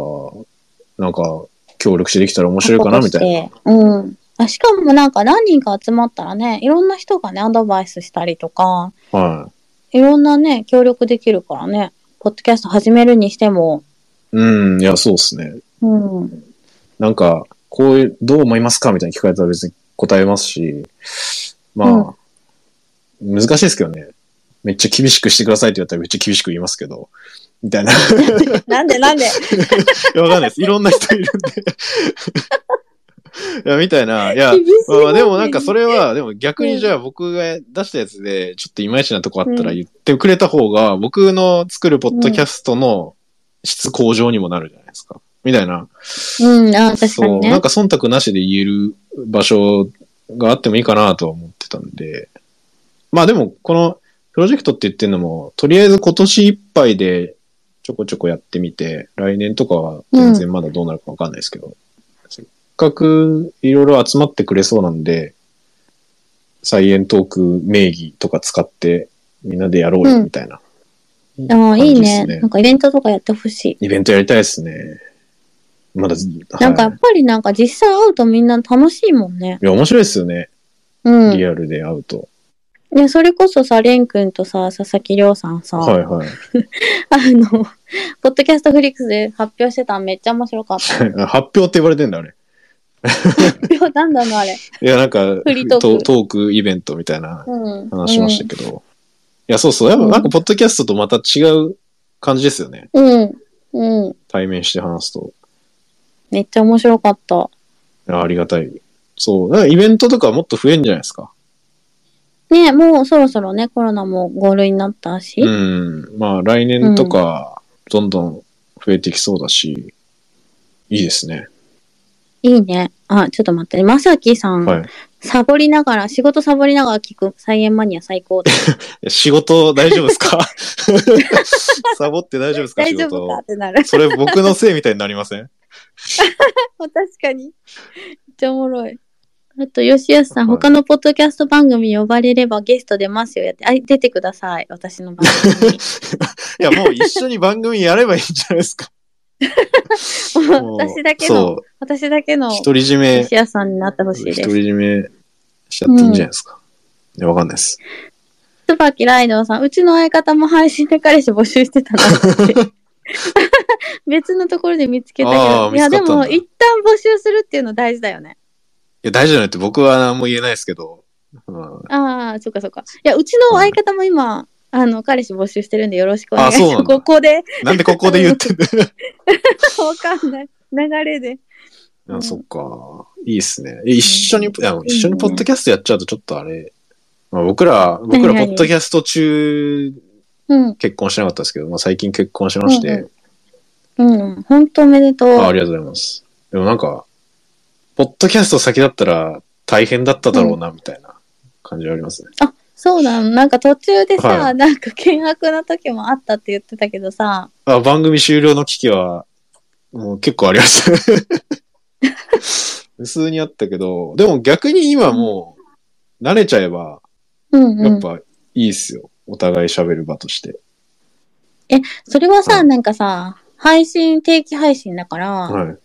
S2: なんか、協力してできたら面白いかなみたいな。
S1: な。うん。あしかもなんか何人か集まったらね、いろんな人がね、アドバイスしたりとか、
S2: はい。
S1: いろんなね、協力できるからね、ポッドキャスト始めるにしても、
S2: うん、いや、そうですね。
S1: うん。
S2: なんか、こういう、どう思いますかみたいな聞かれたら別に答えますし、まあ、難しいですけどね。めっちゃ厳しくしてくださいって言ったらめっちゃ厳しく言いますけど、みたいな。い
S1: なんで なんで
S2: やわかんないです。いろん な人いるんで。いや、みたいな。いや、
S1: 厳しい
S2: まあまあでもなんかそ
S1: れ、
S2: れは、でも逆
S1: う
S2: に
S1: ん
S2: じゃあ僕が出したやつで、ちょっといまいちなとこあったら言ってくれた方が、僕の作るポッドキャストの質向上にもなるじゃないですか。みたいな。
S1: うん、あ確か
S2: そ
S1: に
S2: う、
S1: ね。
S2: なんか忖度なしで言える場所があってもいいかなとは思ってたんで。まあでも、このプロジェクトって言ってるのも、とりあえず今年いっぱいでちょこちょこやってみて、来年とかは全然まだどうなるかわかんないですけど、せっかくいろいろ集まってくれそうなんで、サイエントーク名義とか使ってみんなでやろうよみたいな。
S1: ああ、いい
S2: 感じです
S1: ね。なんかイベントとかやってほしい。
S2: イベントやりたいですね。まだ、
S1: なんかや
S2: はい
S1: っぱりなんか実際会うとみんな楽しいもんね。
S2: いや、面白いですよね。
S1: うん。
S2: リアルで会うと。
S1: ね、それこそさ、レン君とさ、佐々木亮さんさ、
S2: はいはい。
S1: あの、 ポッドキャストフリックスで発表してたのめっちゃ面白かった。
S2: 発表って言われてんだ、あれ。
S1: 発表なんだのあれ。
S2: いや、なんか、
S1: フリートーク
S2: トトークイベントみたいな
S1: うん。
S2: 話しましたけど。いや、そうそう。やっぱなんか、ポッドキャストとまた違う感じですよね。
S1: うん。うん。
S2: 対面して話すと。
S1: めっちゃ面白かった。
S2: いやありがたい。そう。だからイベントとかもっと増えんじゃないですか。
S1: ねもうそろそろね、コロナも5類になったし。
S2: うん。まあ、来年とか、どんどん増えてきそうだし、いいですね。
S1: いいね。あ、ちょっと待って。まさきさん、
S2: はい。
S1: サボりながら、仕事サボりながら聞く菜園マニア最高です。
S2: 仕事大丈夫ですか サボって大丈夫ですか 仕
S1: 大
S2: 事
S1: 丈夫かってなる。
S2: それ僕のせいみたいになりません
S1: 確かに。めっちゃおもろい。あと、吉安さん、
S2: はい
S1: 他のポッドキャスト番組呼ばれればゲスト出ますよ。やって、あ、出てください。私の番
S2: いや、もう一緒に番組やればいいんじゃないで すか。
S1: 組。
S2: もう
S1: 私だけの、
S2: そ
S1: 私だけの
S2: う。独り占め、
S1: 吉安さんになってほしいです。
S2: 独り占めしちゃっていいんじゃないですか。いや、わかんないです。
S1: 椿ライドウさん、うちの相方も配信で彼氏募集してたなって。 別のところで見つけたけ
S2: あ
S1: ど。
S2: ー
S1: いや、
S2: 見つ
S1: で
S2: かったん
S1: も、
S2: だ
S1: 一旦募集するっていうの大事だよね。
S2: いや、大丈夫だって僕は何も言えないですけど。うん
S1: ああ、そっかそっか。いや、うちの相方も今、あの、彼氏募集してるんでよろしくお願いし
S2: あそう
S1: ま
S2: なん
S1: す。
S2: だ
S1: ここで、
S2: なんでここで言ってんだ
S1: わかんない。流れで。うん
S2: あそっか。いいっすね。え一緒に、いや一緒にポッドキャストやっちゃうとちょっとあれ。まあ、僕ら、僕
S1: 何
S2: らポ
S1: 々
S2: ッドキャスト中
S1: うん。
S2: 結婚してなかったですけど、まあ、最近結婚しまして、
S1: うんうん。本当おめでとう。
S2: あありがとうございます。でもなんか、ポッドキャスト先だったら大変だっただろうな、みたいな感じはありますね。
S1: そうなの。なんか途中でさ、
S2: はい
S1: なんか険悪な時もあったって言ってたけどさ、
S2: あ番組終了の危機は、もう結構ありました ね。普通にあったけど、でも逆に今もう、慣れちゃえば、
S1: うんう
S2: やっ
S1: ん。
S2: ぱいいっすよ。お互い喋る場として。
S1: それはさ、
S2: はい
S1: なんかさ、配信、定期配信だから、
S2: はい。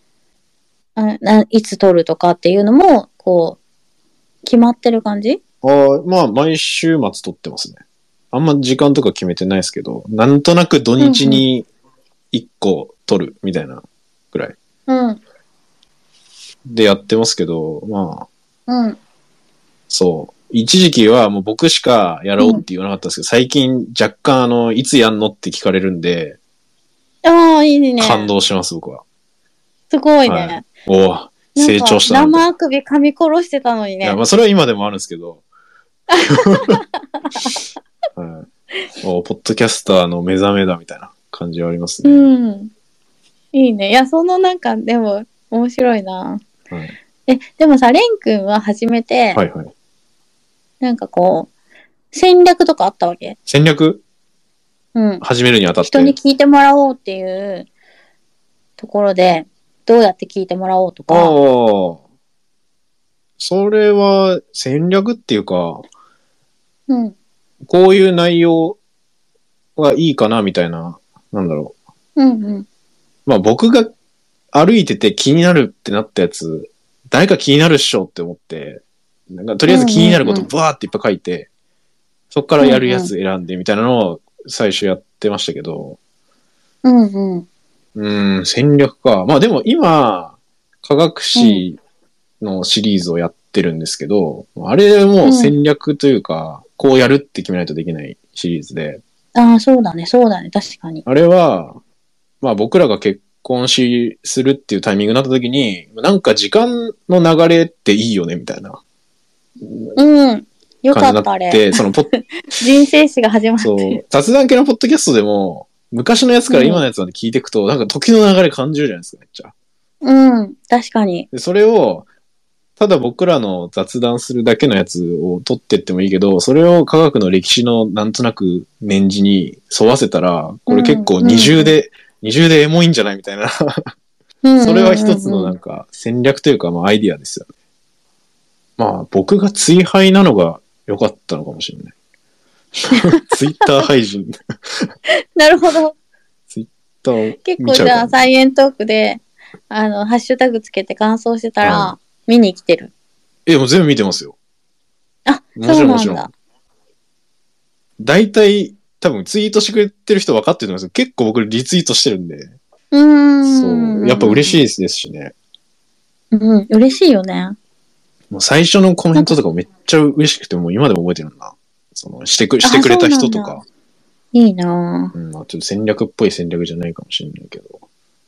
S1: あないつ撮るとかっていうのも、こう、決まってる感じ
S2: あーまあ、毎週末撮ってますね。あんま時間とか決めてないですけど、なんとなく土日に1個撮るみたいなぐらい
S1: うん。
S2: でやってますけど、まあ、
S1: うん。
S2: そう。一時期はもう僕しかやろうって言わなかったんですけど、最近若干あの、いつやんのって聞かれるんで、
S1: ああ、いいね。
S2: 感動します、僕は。
S1: すごいね。
S2: はいおお
S1: なんか
S2: 成長したなみたい
S1: 生あくび噛み殺してたのに
S2: な。いや、
S1: ね
S2: ま。あそれは今でもあるんですけど。 はい、おポッドキャスターの目覚めだみたいな感じはあります
S1: う
S2: ね。
S1: ん。いいね。いや、そのなんか、でも、面白いな。
S2: はい、
S1: え、でもさ、レン君は初めて、
S2: はいはい。
S1: なんかこう、戦略とかあったわけ
S2: 戦略
S1: うん。
S2: 始めるにあたって。
S1: 人に聞いてもらおうっていうところで、どうやって聞いてもらおうと
S2: ああ
S1: か。。
S2: それは戦略っていうか、
S1: うん。
S2: こういう内容がいいかなみたいな、なんだろう。
S1: うんうん。
S2: まあ僕が歩いてて気になるってなったやつ、誰か気になるっしょって思って、なんかとりあえず気になること
S1: うんうん
S2: バーっていっぱい書いて、そっからやるやつ選んでみたいなのを最初やってましたけど、
S1: うんうん。
S2: うーん、戦略か。まあでも今、科学史のシリーズをやってるんですけど、あれも戦略というか、こうやるって決めないとできないシリーズで、
S1: ああ、そうだね、そうだね、確かに。
S2: あれは、まあ僕らが結婚し、するっていうタイミングになった時に、なんか時間の流れっていいよね、みたいな
S1: うん。よか
S2: 感じ
S1: っ
S2: に
S1: た、
S2: な
S1: あ
S2: っ
S1: れ。
S2: て、そのポ ッ、
S1: 人生史が始まって
S2: そ
S1: る。
S2: う、雑談系のポッドキャストでも、昔のやつから今のやつまで聞いていくと、なんか時の流れ感じるじゃないですか、めっちゃ。
S1: うん、確かに。
S2: で、それを、ただ僕らの雑談するだけのやつを取ってってもいいけど、それを科学の歴史のなんとなく年次に沿わせたら、これ結構
S1: うん
S2: 二重で、二重でエモいんじゃないみたいな。
S1: うん
S2: それは一つの
S1: う
S2: なんんか戦略というかまあアイディアですよね。まあ僕が追敗なのが良かったのかもしれ ない。ツイッター配信。ツ
S1: なるほど。
S2: イッターを
S1: 結構
S2: 見ち
S1: じ
S2: ゃうか
S1: ゃ
S2: ら
S1: あ、サイエントークで、あの、ハッシュタグつけて感想してたら、見に来てる。
S2: え、もう全部見てますよ。
S1: あ、
S2: も
S1: そ
S2: ちろ
S1: うんな
S2: もちろ
S1: ん
S2: ん
S1: だ。
S2: 大体、多分ツイートしてくれてる人分かってると思うんですけど、結構僕リツイートしてるんで、
S1: うーん。
S2: そう。やっぱ嬉し
S1: い。
S2: いですしね。
S1: うん、嬉しいよね。
S2: もう最初のコメントとかめっちゃ嬉しくて、もう今でも覚えてるんだ。その、してく、してくれた人とか。
S1: いいな
S2: うん、まあちょっと戦略っぽい戦略じゃないかもしれないけど。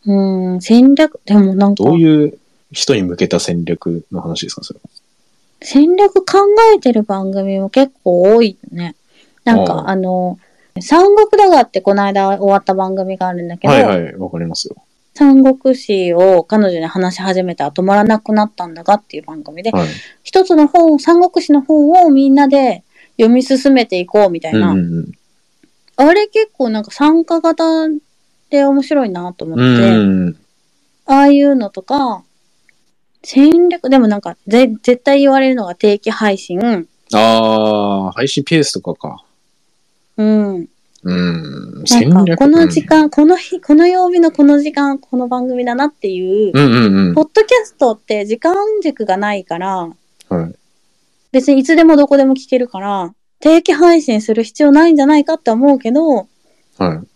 S1: ぁ。うん、戦略、でもなんか、
S2: どういう人に向けた戦略の話ですか、それは。
S1: 戦略考えてる番組も結構多いよね。なん
S2: あ
S1: か、
S2: あ
S1: あの、三国だがってこの間終わった番組があるんだけど、
S2: はいはい、わかりますよ。
S1: 三国史を彼女に話し始めたら止まらなくなったんだがっていう番組で、
S2: はい。
S1: 一つの本、三国史の本をみんなで読み進めていこうみたい
S2: うん
S1: な。
S2: うんうん。
S1: あれ結構なんか参加型で面白いなと思って、
S2: うんうん。
S1: ああいうのとか、戦略、でもなんか、ぜ、絶対言われるのが定期配信。
S2: あー、配信ペースとかか。
S1: うん。
S2: うん。戦
S1: なんか、
S2: 略
S1: この時。間、この日、この曜日のこの時間、この番組だなっていう、
S2: うんうんうんうん。
S1: ポッドキャストって時間軸がないから、
S2: はい。
S1: 別にいつでもどこでも聞けるから、定期配信する必要ないんじゃないかって思うけど、
S2: はい。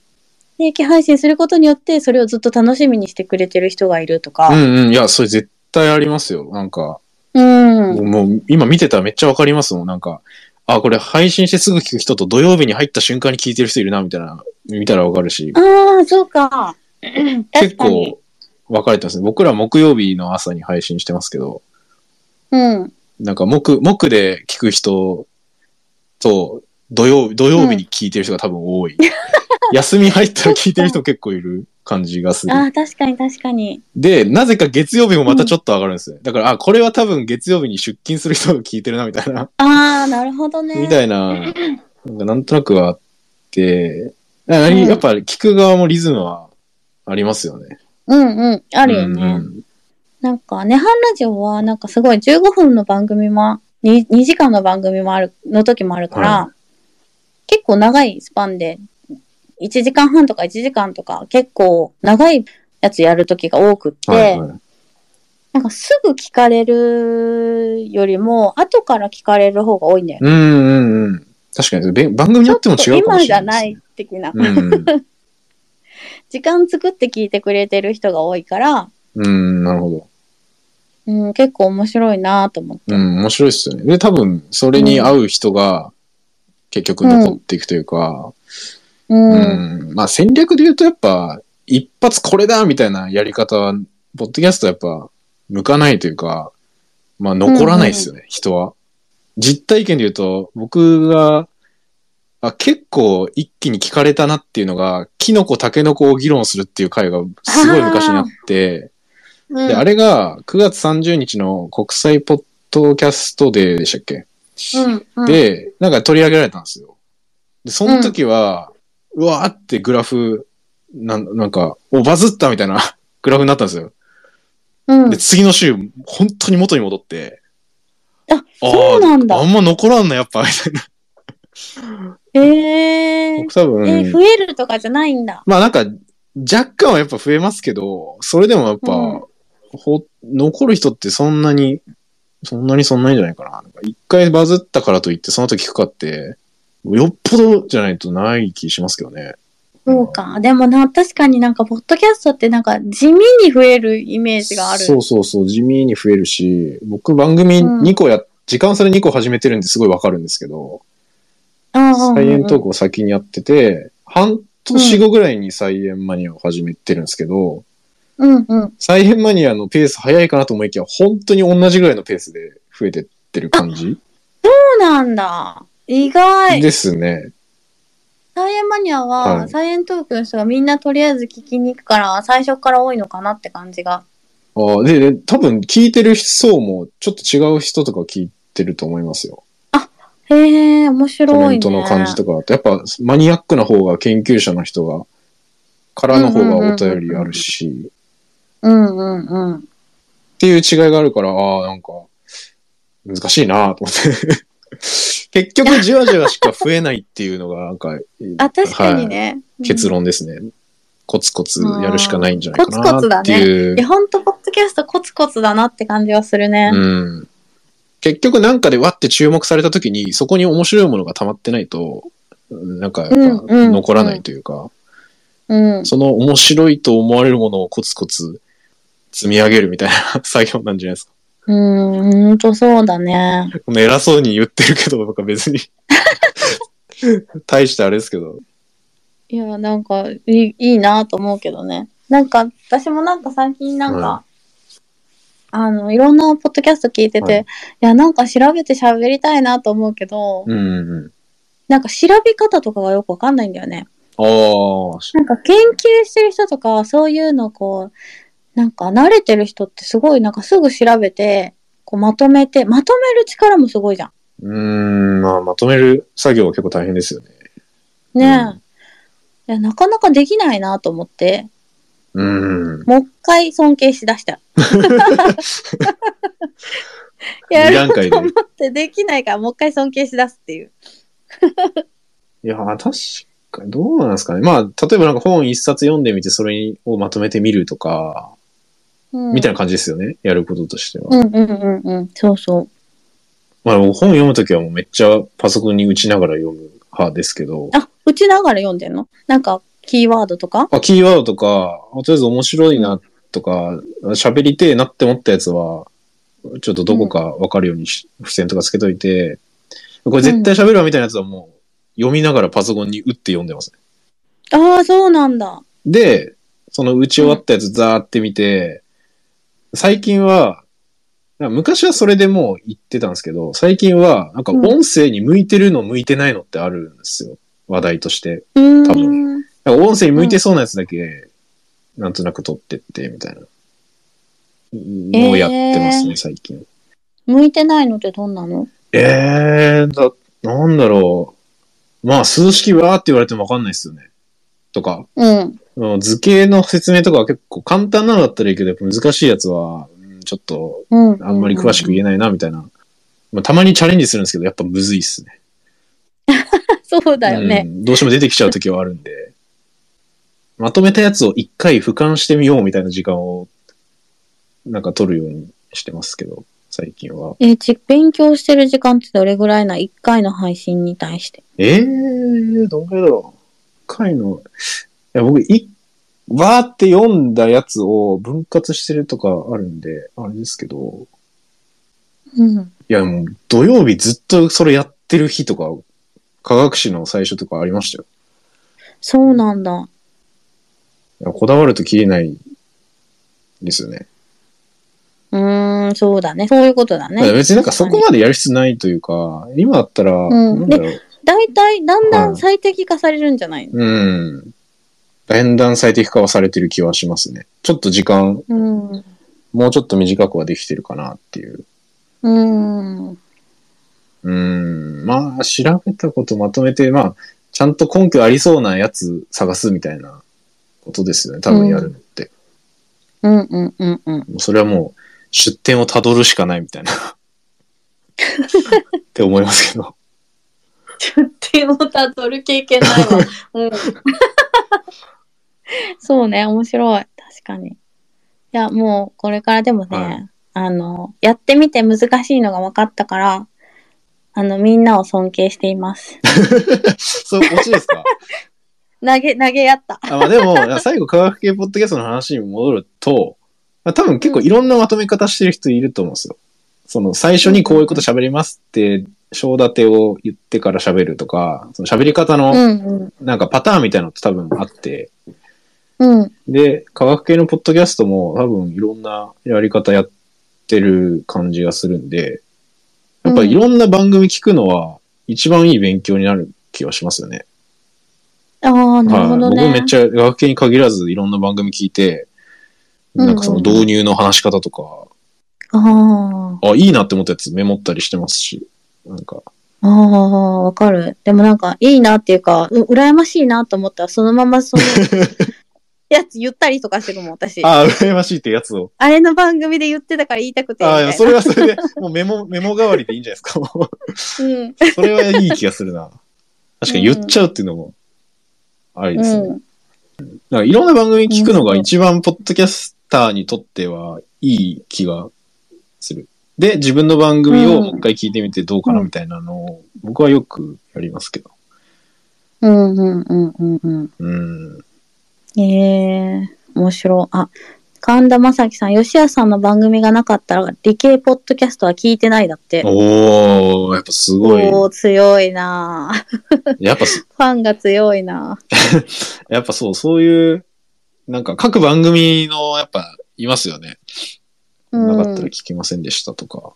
S1: 定期配信することによって、それをずっと楽しみにしてくれてる人がいると
S2: う
S1: か。
S2: んうん。いや、それ絶対ありますよ。なんか、
S1: うん。
S2: もう今見てたらめっちゃわかりますもん。なんか、あ、これ配信してすぐ聞く人と土曜日に入った瞬間に聞いてる人いるな、みたいな、見たらわかるし、
S1: ああ、そうか。確
S2: 結
S1: かに。
S2: 構分かれてますね。僕ら木曜日の朝に配信してますけど、
S1: うん。
S2: なんか木、木で聞く人と土曜、土曜日に聞いてる人が多分多い。 休み入ったら聞いてる人結構いる感じがする。
S1: ああ、確かに確かに。
S2: で、なぜか月曜日もまたちょっと上がるんですね。だから、あ、これは多分月曜日に出勤する人が聞いてるな、みたいな。
S1: ああ、なるほど ね。
S2: みたいな、なんかなんとなくはあって、あやっぱ聞く側もリズムはありますよね。
S1: うんうん。あ
S2: あ
S1: るよね。
S2: うん
S1: なんか、ネハンラジオは、なんかすごい15分の番組も、2, 2時間の番組もある、の時もあるから、
S2: は
S1: 結構長いスパンで、1時間半とか1時間とか、結構長いやつやる時が多くって、
S2: はいはい。
S1: なんかすぐ聞かれるよりも、後から聞かれる方が多いんだよね。
S2: うんうんうん。確かに、べ番組によっても違うかもしれない
S1: ちょっと今じゃない的な。
S2: ですね。
S1: 時間作って聞いてくれてる人が多いから、
S2: うん、うん、なるほど。
S1: うん、結構面白いなと思って。
S2: うん、面白いですよね。で、多分、それに合う人が、結局残っていくというか、
S1: うん。
S2: うん、まあ戦略で言うとやっぱ、一発これだみたいなやり方は、ポッドキャストはやっぱ、向かないというか、まあ残らないですよね、人は。実体験で言うと、僕が、あ結構一気に聞かれたなっていうのが、キノコ、タケノコを議論するっていう回がすごい昔にあって、
S1: うん
S2: で、あれが9月30日の国際ポッドキャストデーでしたっけ、
S1: うんうん、
S2: で、なんか取り上げられたんですよ。で、その時は、うわーってグラフ、なんなんか、お、バズったみたいな グラフになったんですよ。
S1: うん
S2: で、次の週、本当に元に戻って。
S1: あ、
S2: あー
S1: そうなんだ
S2: あんま残らんな、やっぱ、みたいな。
S1: えー、
S2: 僕多
S1: え
S2: 分、
S1: ー増えるとかじゃないんだ。
S2: まあなんか、若干はやっぱ増えますけど、それでもやっぱ、
S1: うん
S2: ほ残る人ってそんなに、そんなにそんなにじゃないかな。なんか一回バズったからといってその後聞くかって、よっぽどじゃないとない気しますけどね。
S1: そうか。でもな、確かになんか、ポッドキャストってなんか、地味に増えるイメージがある。
S2: そうそうそう、地味に増えるし、僕番組2個や、時間差で2個始めてるんですごいわかるんですけど、
S1: うんうんうん
S2: 菜園トークを先にやってて、半年後ぐらいに菜園マニアを始めてるんですけど、
S1: うんうん。
S2: 再編マニアのペース早いかなと思いきや、本当に同じぐらいのペースで増えてってる感じ
S1: そうなんだ。意外。
S2: ですね。
S1: サイエンマニア
S2: は
S1: は、
S2: い
S1: サイエントークの人がみんなとりあえず聞きに行くから、最初から多いのかなって感じが。
S2: ああで、で多分聞いてる層もちょっと違う人とか聞いてると思いますよ。
S1: へえ、面白いね。
S2: コメントの感じとかだと。やっぱマニアックな方が研究者の人が、からの方がお便りあるし、
S1: うんうんうん。
S2: っていう違いがあるから、ああ、なんか、難しいなと思って。 結局じわじわしか増えないっていうのが、なんか、
S1: あ、確か
S2: はい
S1: にね。うん
S2: 結論ですね。コツコツやるしかないんじゃないか
S1: コツコツ
S2: な
S1: だ
S2: って
S1: ね
S2: いう。
S1: え、ほんと、ポッドキャストコツコツだなって感じはするね。
S2: うん、結局なんかでわって注目された時に、そこに面白いものが溜まってないと、なんかやっぱ
S1: うんうん
S2: 残らないというか、
S1: うん。
S2: その面白いと思われるものをコツコツ積み上げるみたいな 作業なんじゃないですか。
S1: うん、ほんとそうだね。
S2: この偉そうに言ってるけど、なん か別に大してあれですけど。
S1: いや、なんか、いいいいなと思うけどね。なんか、私もなんか最近なんか、
S2: は
S1: あの、いろんなポッドキャスト聞いてて、
S2: はい
S1: い、や、なんか調べて喋りたいなと思うけど、
S2: うんうんうん。
S1: なんか調べ方とかがよくわかんないんだよね。
S2: ああ、し
S1: なんか研究してる人とか、そういうのこう、なんか慣れてる人ってすごい、なんかすぐ調べて、こうまとめて、まとめる力もすごいじゃん。
S2: うーん、まあまとめる作業は結構大変ですよね。
S1: ねえ。
S2: うん
S1: いや、なかなかできないなと思って、
S2: うーん。
S1: もう一回尊敬しだした。や
S2: 二
S1: る
S2: 段階で。
S1: ってできないからもう一回尊敬しだすっていう。
S2: いや、確かに、どうなんですかね。まあ、例えばなんか本一冊読んでみて、それをまとめてみるとか、みたい
S1: い
S2: な感じですよね。やることとしては。
S1: な。うんうんうんうん。そうそう。
S2: まあ、僕本読むときはもうめっちゃパソコンに打ちながら読む派ですけど、
S1: あ、うちながら読んでんのなんか、キーワードとか
S2: あキーワードとか、あとりあえず面白いなとか、喋りてえなって思ったやつは、ちょっとどこかわかるようにし付箋とかつけといて、これ絶対喋るわみたいなやつはもう読みながらパソコンに打って読んでますね。
S1: ああ、そうなんだ。
S2: で、その打ち終わったやつザーって見て、最近は、なんか昔はそれでもう言ってたんですけど、最近はなんか音声に向いてるの向いてないのってあるんですよ。話題として。
S1: うーん。
S2: 多分なんか音声に向いてそうなやつだけ、なんとなく撮ってって、みたいな。もうやってますね、最近。
S1: 向いてないのってどんなの
S2: えー、だ、なんだろう。まあ、数式はーって言われてもわかんないですよね。とか、
S1: うん。
S2: うん図形の説明とかは結構簡単なのだったらいいけど、やっぱ難しいやつは、うんちょっと、
S1: うん。
S2: あんまり詳しく言えないな、みたいな。まあ、たまにチャレンジするんですけど、やっぱむずいっすね。
S1: そうだよね。
S2: うんどうしても出てきちゃう時はあるんで。まとめたやつを一回俯瞰してみようみたいな時間を、なんか取るようにしてますけど、最近は。
S1: えーち、勉強してる時間ってどれぐらいな一回の配信に対して。
S2: ええー、どんぐらいだろう。一回の、いや、僕、い、わーって読んだやつを分割してるとかあるんで、あれですけど、
S1: うん。
S2: いや、もう土曜日ずっとそれやってる日とか、科学史の最初とかありましたよ
S1: そうなんだ。
S2: いやこだわると切れないですよね。
S1: うーん、そうだね。そういうことだ
S2: だか
S1: ね
S2: ら。別になんかそこまでやる必要ないというか、今だったら、
S1: ん
S2: なんだろう。
S1: 大体、だんだ
S2: は
S1: ん
S2: い
S1: 最適化されるんじゃないの
S2: うん。だんだん最適化はされてる気はしますね。ちょっと時間、
S1: うん。う
S2: もうちょっと短くはできてるかなっていう。
S1: ーん。
S2: うん。まあ、調べたことまとめて、まあ、ちゃんと根拠ありそうなやつ探すみたいなことですよね。多分やるのって。
S1: うんうんうんうん。
S2: もうそれはもう、出典をたどるしかないみたいな。って思いますけど。
S1: 手をたどる経験ないわ。うん、 そうね、面白い。確かに。いや、もうこれからでもね、
S2: はい
S1: あの、やってみて難しいのが分かったから、あの、みんなを尊敬しています。
S2: そう、オチです か
S1: 投げ、投げやった。
S2: あまあでも、いや最後科学系ポッドキャストの話に戻ると、まあ、多分結構いろんなまとめ方してる人いると思うんですよ。その最初にこういうこと喋りますって、章立てを言ってから喋るとか、その喋り方
S1: う
S2: の
S1: ん
S2: なんかパターンみたいなのって多分あって、
S1: うん。うん。
S2: で、科学系のポッドキャストも多分いろんなやり方やってる感じがするんで、やっぱりいろんな番組聞くのは一番いい勉強になる気はしますよね。
S1: ああ、なるほどね。
S2: はい、僕めっちゃ学系に限らずいろんな番組聞いて、なんかその導入の話し方とか、
S1: あ
S2: あ、いいなって思ったやつメモったりしてますし、なんか、
S1: あ、ああ、わかる。でもなんか、いいなっていうか、う、羨ましいなと思ったら、そのままそ の、やつ言ったりとかしてるもん、私。あ
S2: あ、羨ましいってやつを。
S1: れの番組で言ってたから言いたくて。み
S2: あ
S1: た
S2: い
S1: い
S2: や
S1: な
S2: それはそれで、もうメモ、 メモ代わりでいいんじゃないですか。も
S1: うん。
S2: うそれはいい気がするな。確かに言っちゃうっていうのも、ありですね。
S1: うん。
S2: なんかいろんな番組聞くのが一番ポッドキャスターにとってはいい気がする。で、自分の番組をもう一回聞いてみてどうかなみたいなのを、僕はよくやりますけど。
S1: うんうんうんうん
S2: うん。
S1: うん。ええ面白い。あ、神田正輝さん、吉谷さんの番組がなかったら、理系ポッドキャストは聞いてないだって。
S2: おー、やっぱすごい。
S1: おー強いなぁ
S2: やっぱす、
S1: ファンが強いなぁ
S2: やっぱそう、そういう、なんか各番組の、やっぱ、いますよね。
S1: うん
S2: なかったら聞きませんでしたとか。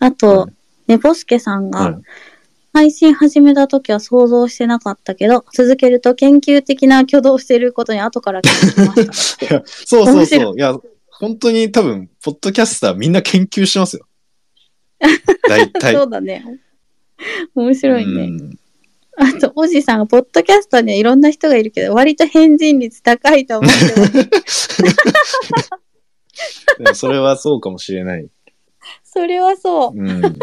S1: あと
S2: は、
S1: ねぼすけさん
S2: は
S1: が
S2: い、
S1: 配信始めた時は想像してなかったけど、続けると研究的な挙動をしていることに後から気づきまし
S2: いや、そうそう
S1: 面
S2: そ
S1: 白
S2: う。いや、本当に多分、ポッドキャスターみんな研究し ますよ。大
S1: た。
S2: 体。
S1: そうだね。面白いね。
S2: うん
S1: あと、おじさんが、ポッドキャストにはいろんな人がいるけど、割と変人率高いと思って ます。
S2: でもそれはそうかもしれない。
S1: それはそ
S2: うん。
S1: う。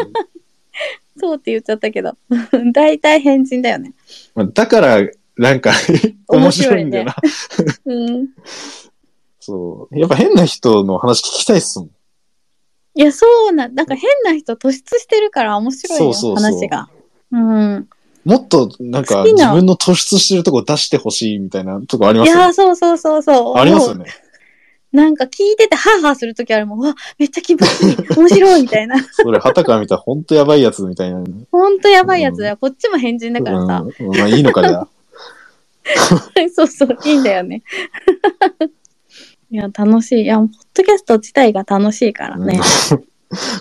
S1: そうって言っちゃったけど。 大体変人だよね。
S2: まあだから、なんか、面白いんだよな。
S1: うん。
S2: そう。やっぱ変な人の話聞きたいっすもん。
S1: いや、そうな、なんか変な人突出してるから面白いよ、
S2: そうそうそう
S1: 話が。うん。
S2: もっと、なんか、
S1: 好き
S2: 自
S1: な
S2: 分の突出してるとこ出してほしいみたいなとこありま
S1: い
S2: すよ
S1: や
S2: ね。
S1: ー、そうそうそうそう。
S2: ありますよね。
S1: なんか聞いててハーハーするときあるもん。うわ、めっちゃ気持ちいい。面白いみた いな。
S2: それ、旗から見たらほんとやばいやつみたいな。
S1: ほんとやばいやつだよ。こっちも変人だからさ。
S2: うん、まあいいのかじゃあ
S1: そうそう、いいんだよね。いや、楽しい。いや、ポッドキャスト自体が楽しいからね。
S2: うん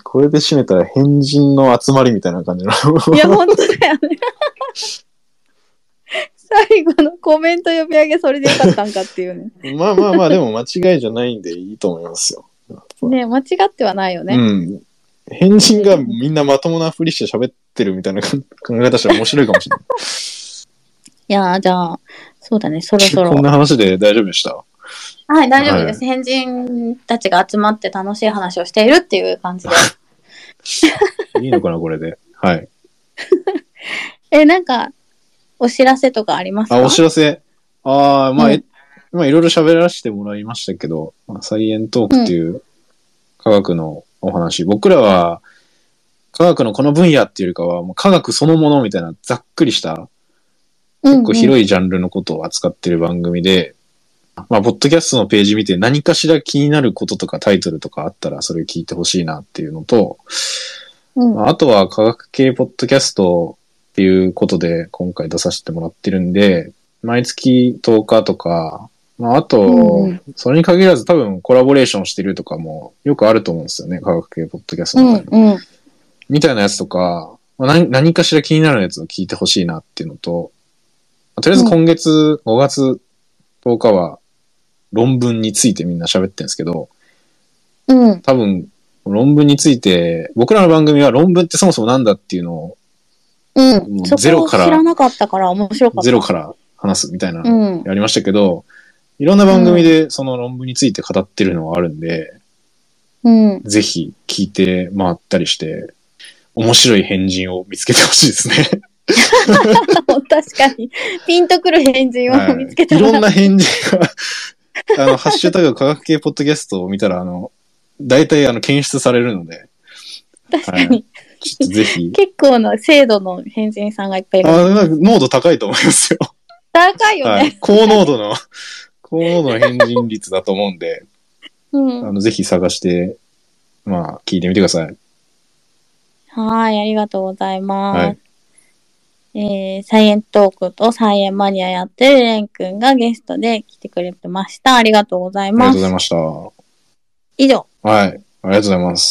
S2: これで締めたら変人の集まりみたいな感じの。
S1: いや、ほんとだよね。 最後のコメント呼び上げそれでよかったんかっていう ね。
S2: まあまあまあ、でも間違いじゃないんでいいと思いますよ。
S1: ね間違ってはないよね。
S2: うん。変人がみんなまともなふりして喋ってるみたいな考え方したら面白いかもしれない
S1: いやー、じゃあ、そうだね、そろ。 そろ
S2: こん。な話で大丈夫でした。
S1: はい、大丈夫です。変人たちが集まって楽しい話をしているっていう感じで。
S2: いいのかな、これで。はい。
S1: え、なんか、お知らせとかありますか
S2: あ、お知らせ。ああ、まあ、
S1: うん
S2: えまあ、いろいろ喋らせてもらいましたけど、まあサイエントークっていう科学のお話。僕らは、科学のこの分野っていうよりかは、もう科学そのものみたいなざっくりした、結構広
S1: い。
S2: いジャンルのことを扱ってる番組で、まあ、ポッドキャストのページ見て何かしら気になることとかタイトルとかあったらそれ聞いてほしいなっていうのと、
S1: うん
S2: まああとは科学系ポッドキャストっていうことで今回出させてもらってるんで、毎月10日とか、まあ、あ
S1: うんう
S2: と
S1: ん、
S2: それに限らず多分コラボレーションしてるとかもよくあると思うんですよね、科学系ポッドキャスト
S1: う
S2: の
S1: ん
S2: 中に。
S1: うん
S2: みたいなやつとか、まあ、何何かしら気になるやつを聞いてほしいなっていうのと、まあとりあえず今月5月10日は論文についてみんな喋ってるんですけど、
S1: うん
S2: 多分論文について、僕らの番組は論文ってそもそもなんだっていうのを
S1: うん
S2: もう
S1: そ
S2: ゼロ
S1: こを知
S2: から
S1: らなかったから面白かった。
S2: ゼロから話すみたいな、
S1: うん。
S2: やりましたけど、いろんな番組でその論文について語ってるのはあるんで、
S1: うん。
S2: ぜひ聞いて回ったりして、面白い変人を見つけてほしいですね。
S1: 確か に。ピンとくる変人を見つけて
S2: はい、い
S1: もら
S2: ろん
S1: った。
S2: な返事が、あ の、ハッシュタグ科学系ポッドキャストを見たら、あの、大体あの、検出されるので、
S1: 確かに。
S2: ちょっとぜひ。
S1: 結構な精度の変人さんがいっぱいい
S2: あ
S1: る。
S2: なんか濃度高いと思いますよ。
S1: 高いよ
S2: は
S1: ね。
S2: い。高濃度の、 高濃度の変人率だと思うんで、
S1: う
S2: あ
S1: ん。
S2: の、ぜひ探して、まあ、聞いてみてください。
S1: はい、ありがとうございます。
S2: はい
S1: えーサイエントークとサイエンマニアやってるレン君がゲストで来てくれてました。ありがとうござい
S2: ありが
S1: ま
S2: とうご
S1: す。
S2: ざいました。は
S1: 以上。
S2: い。ありがとうございます。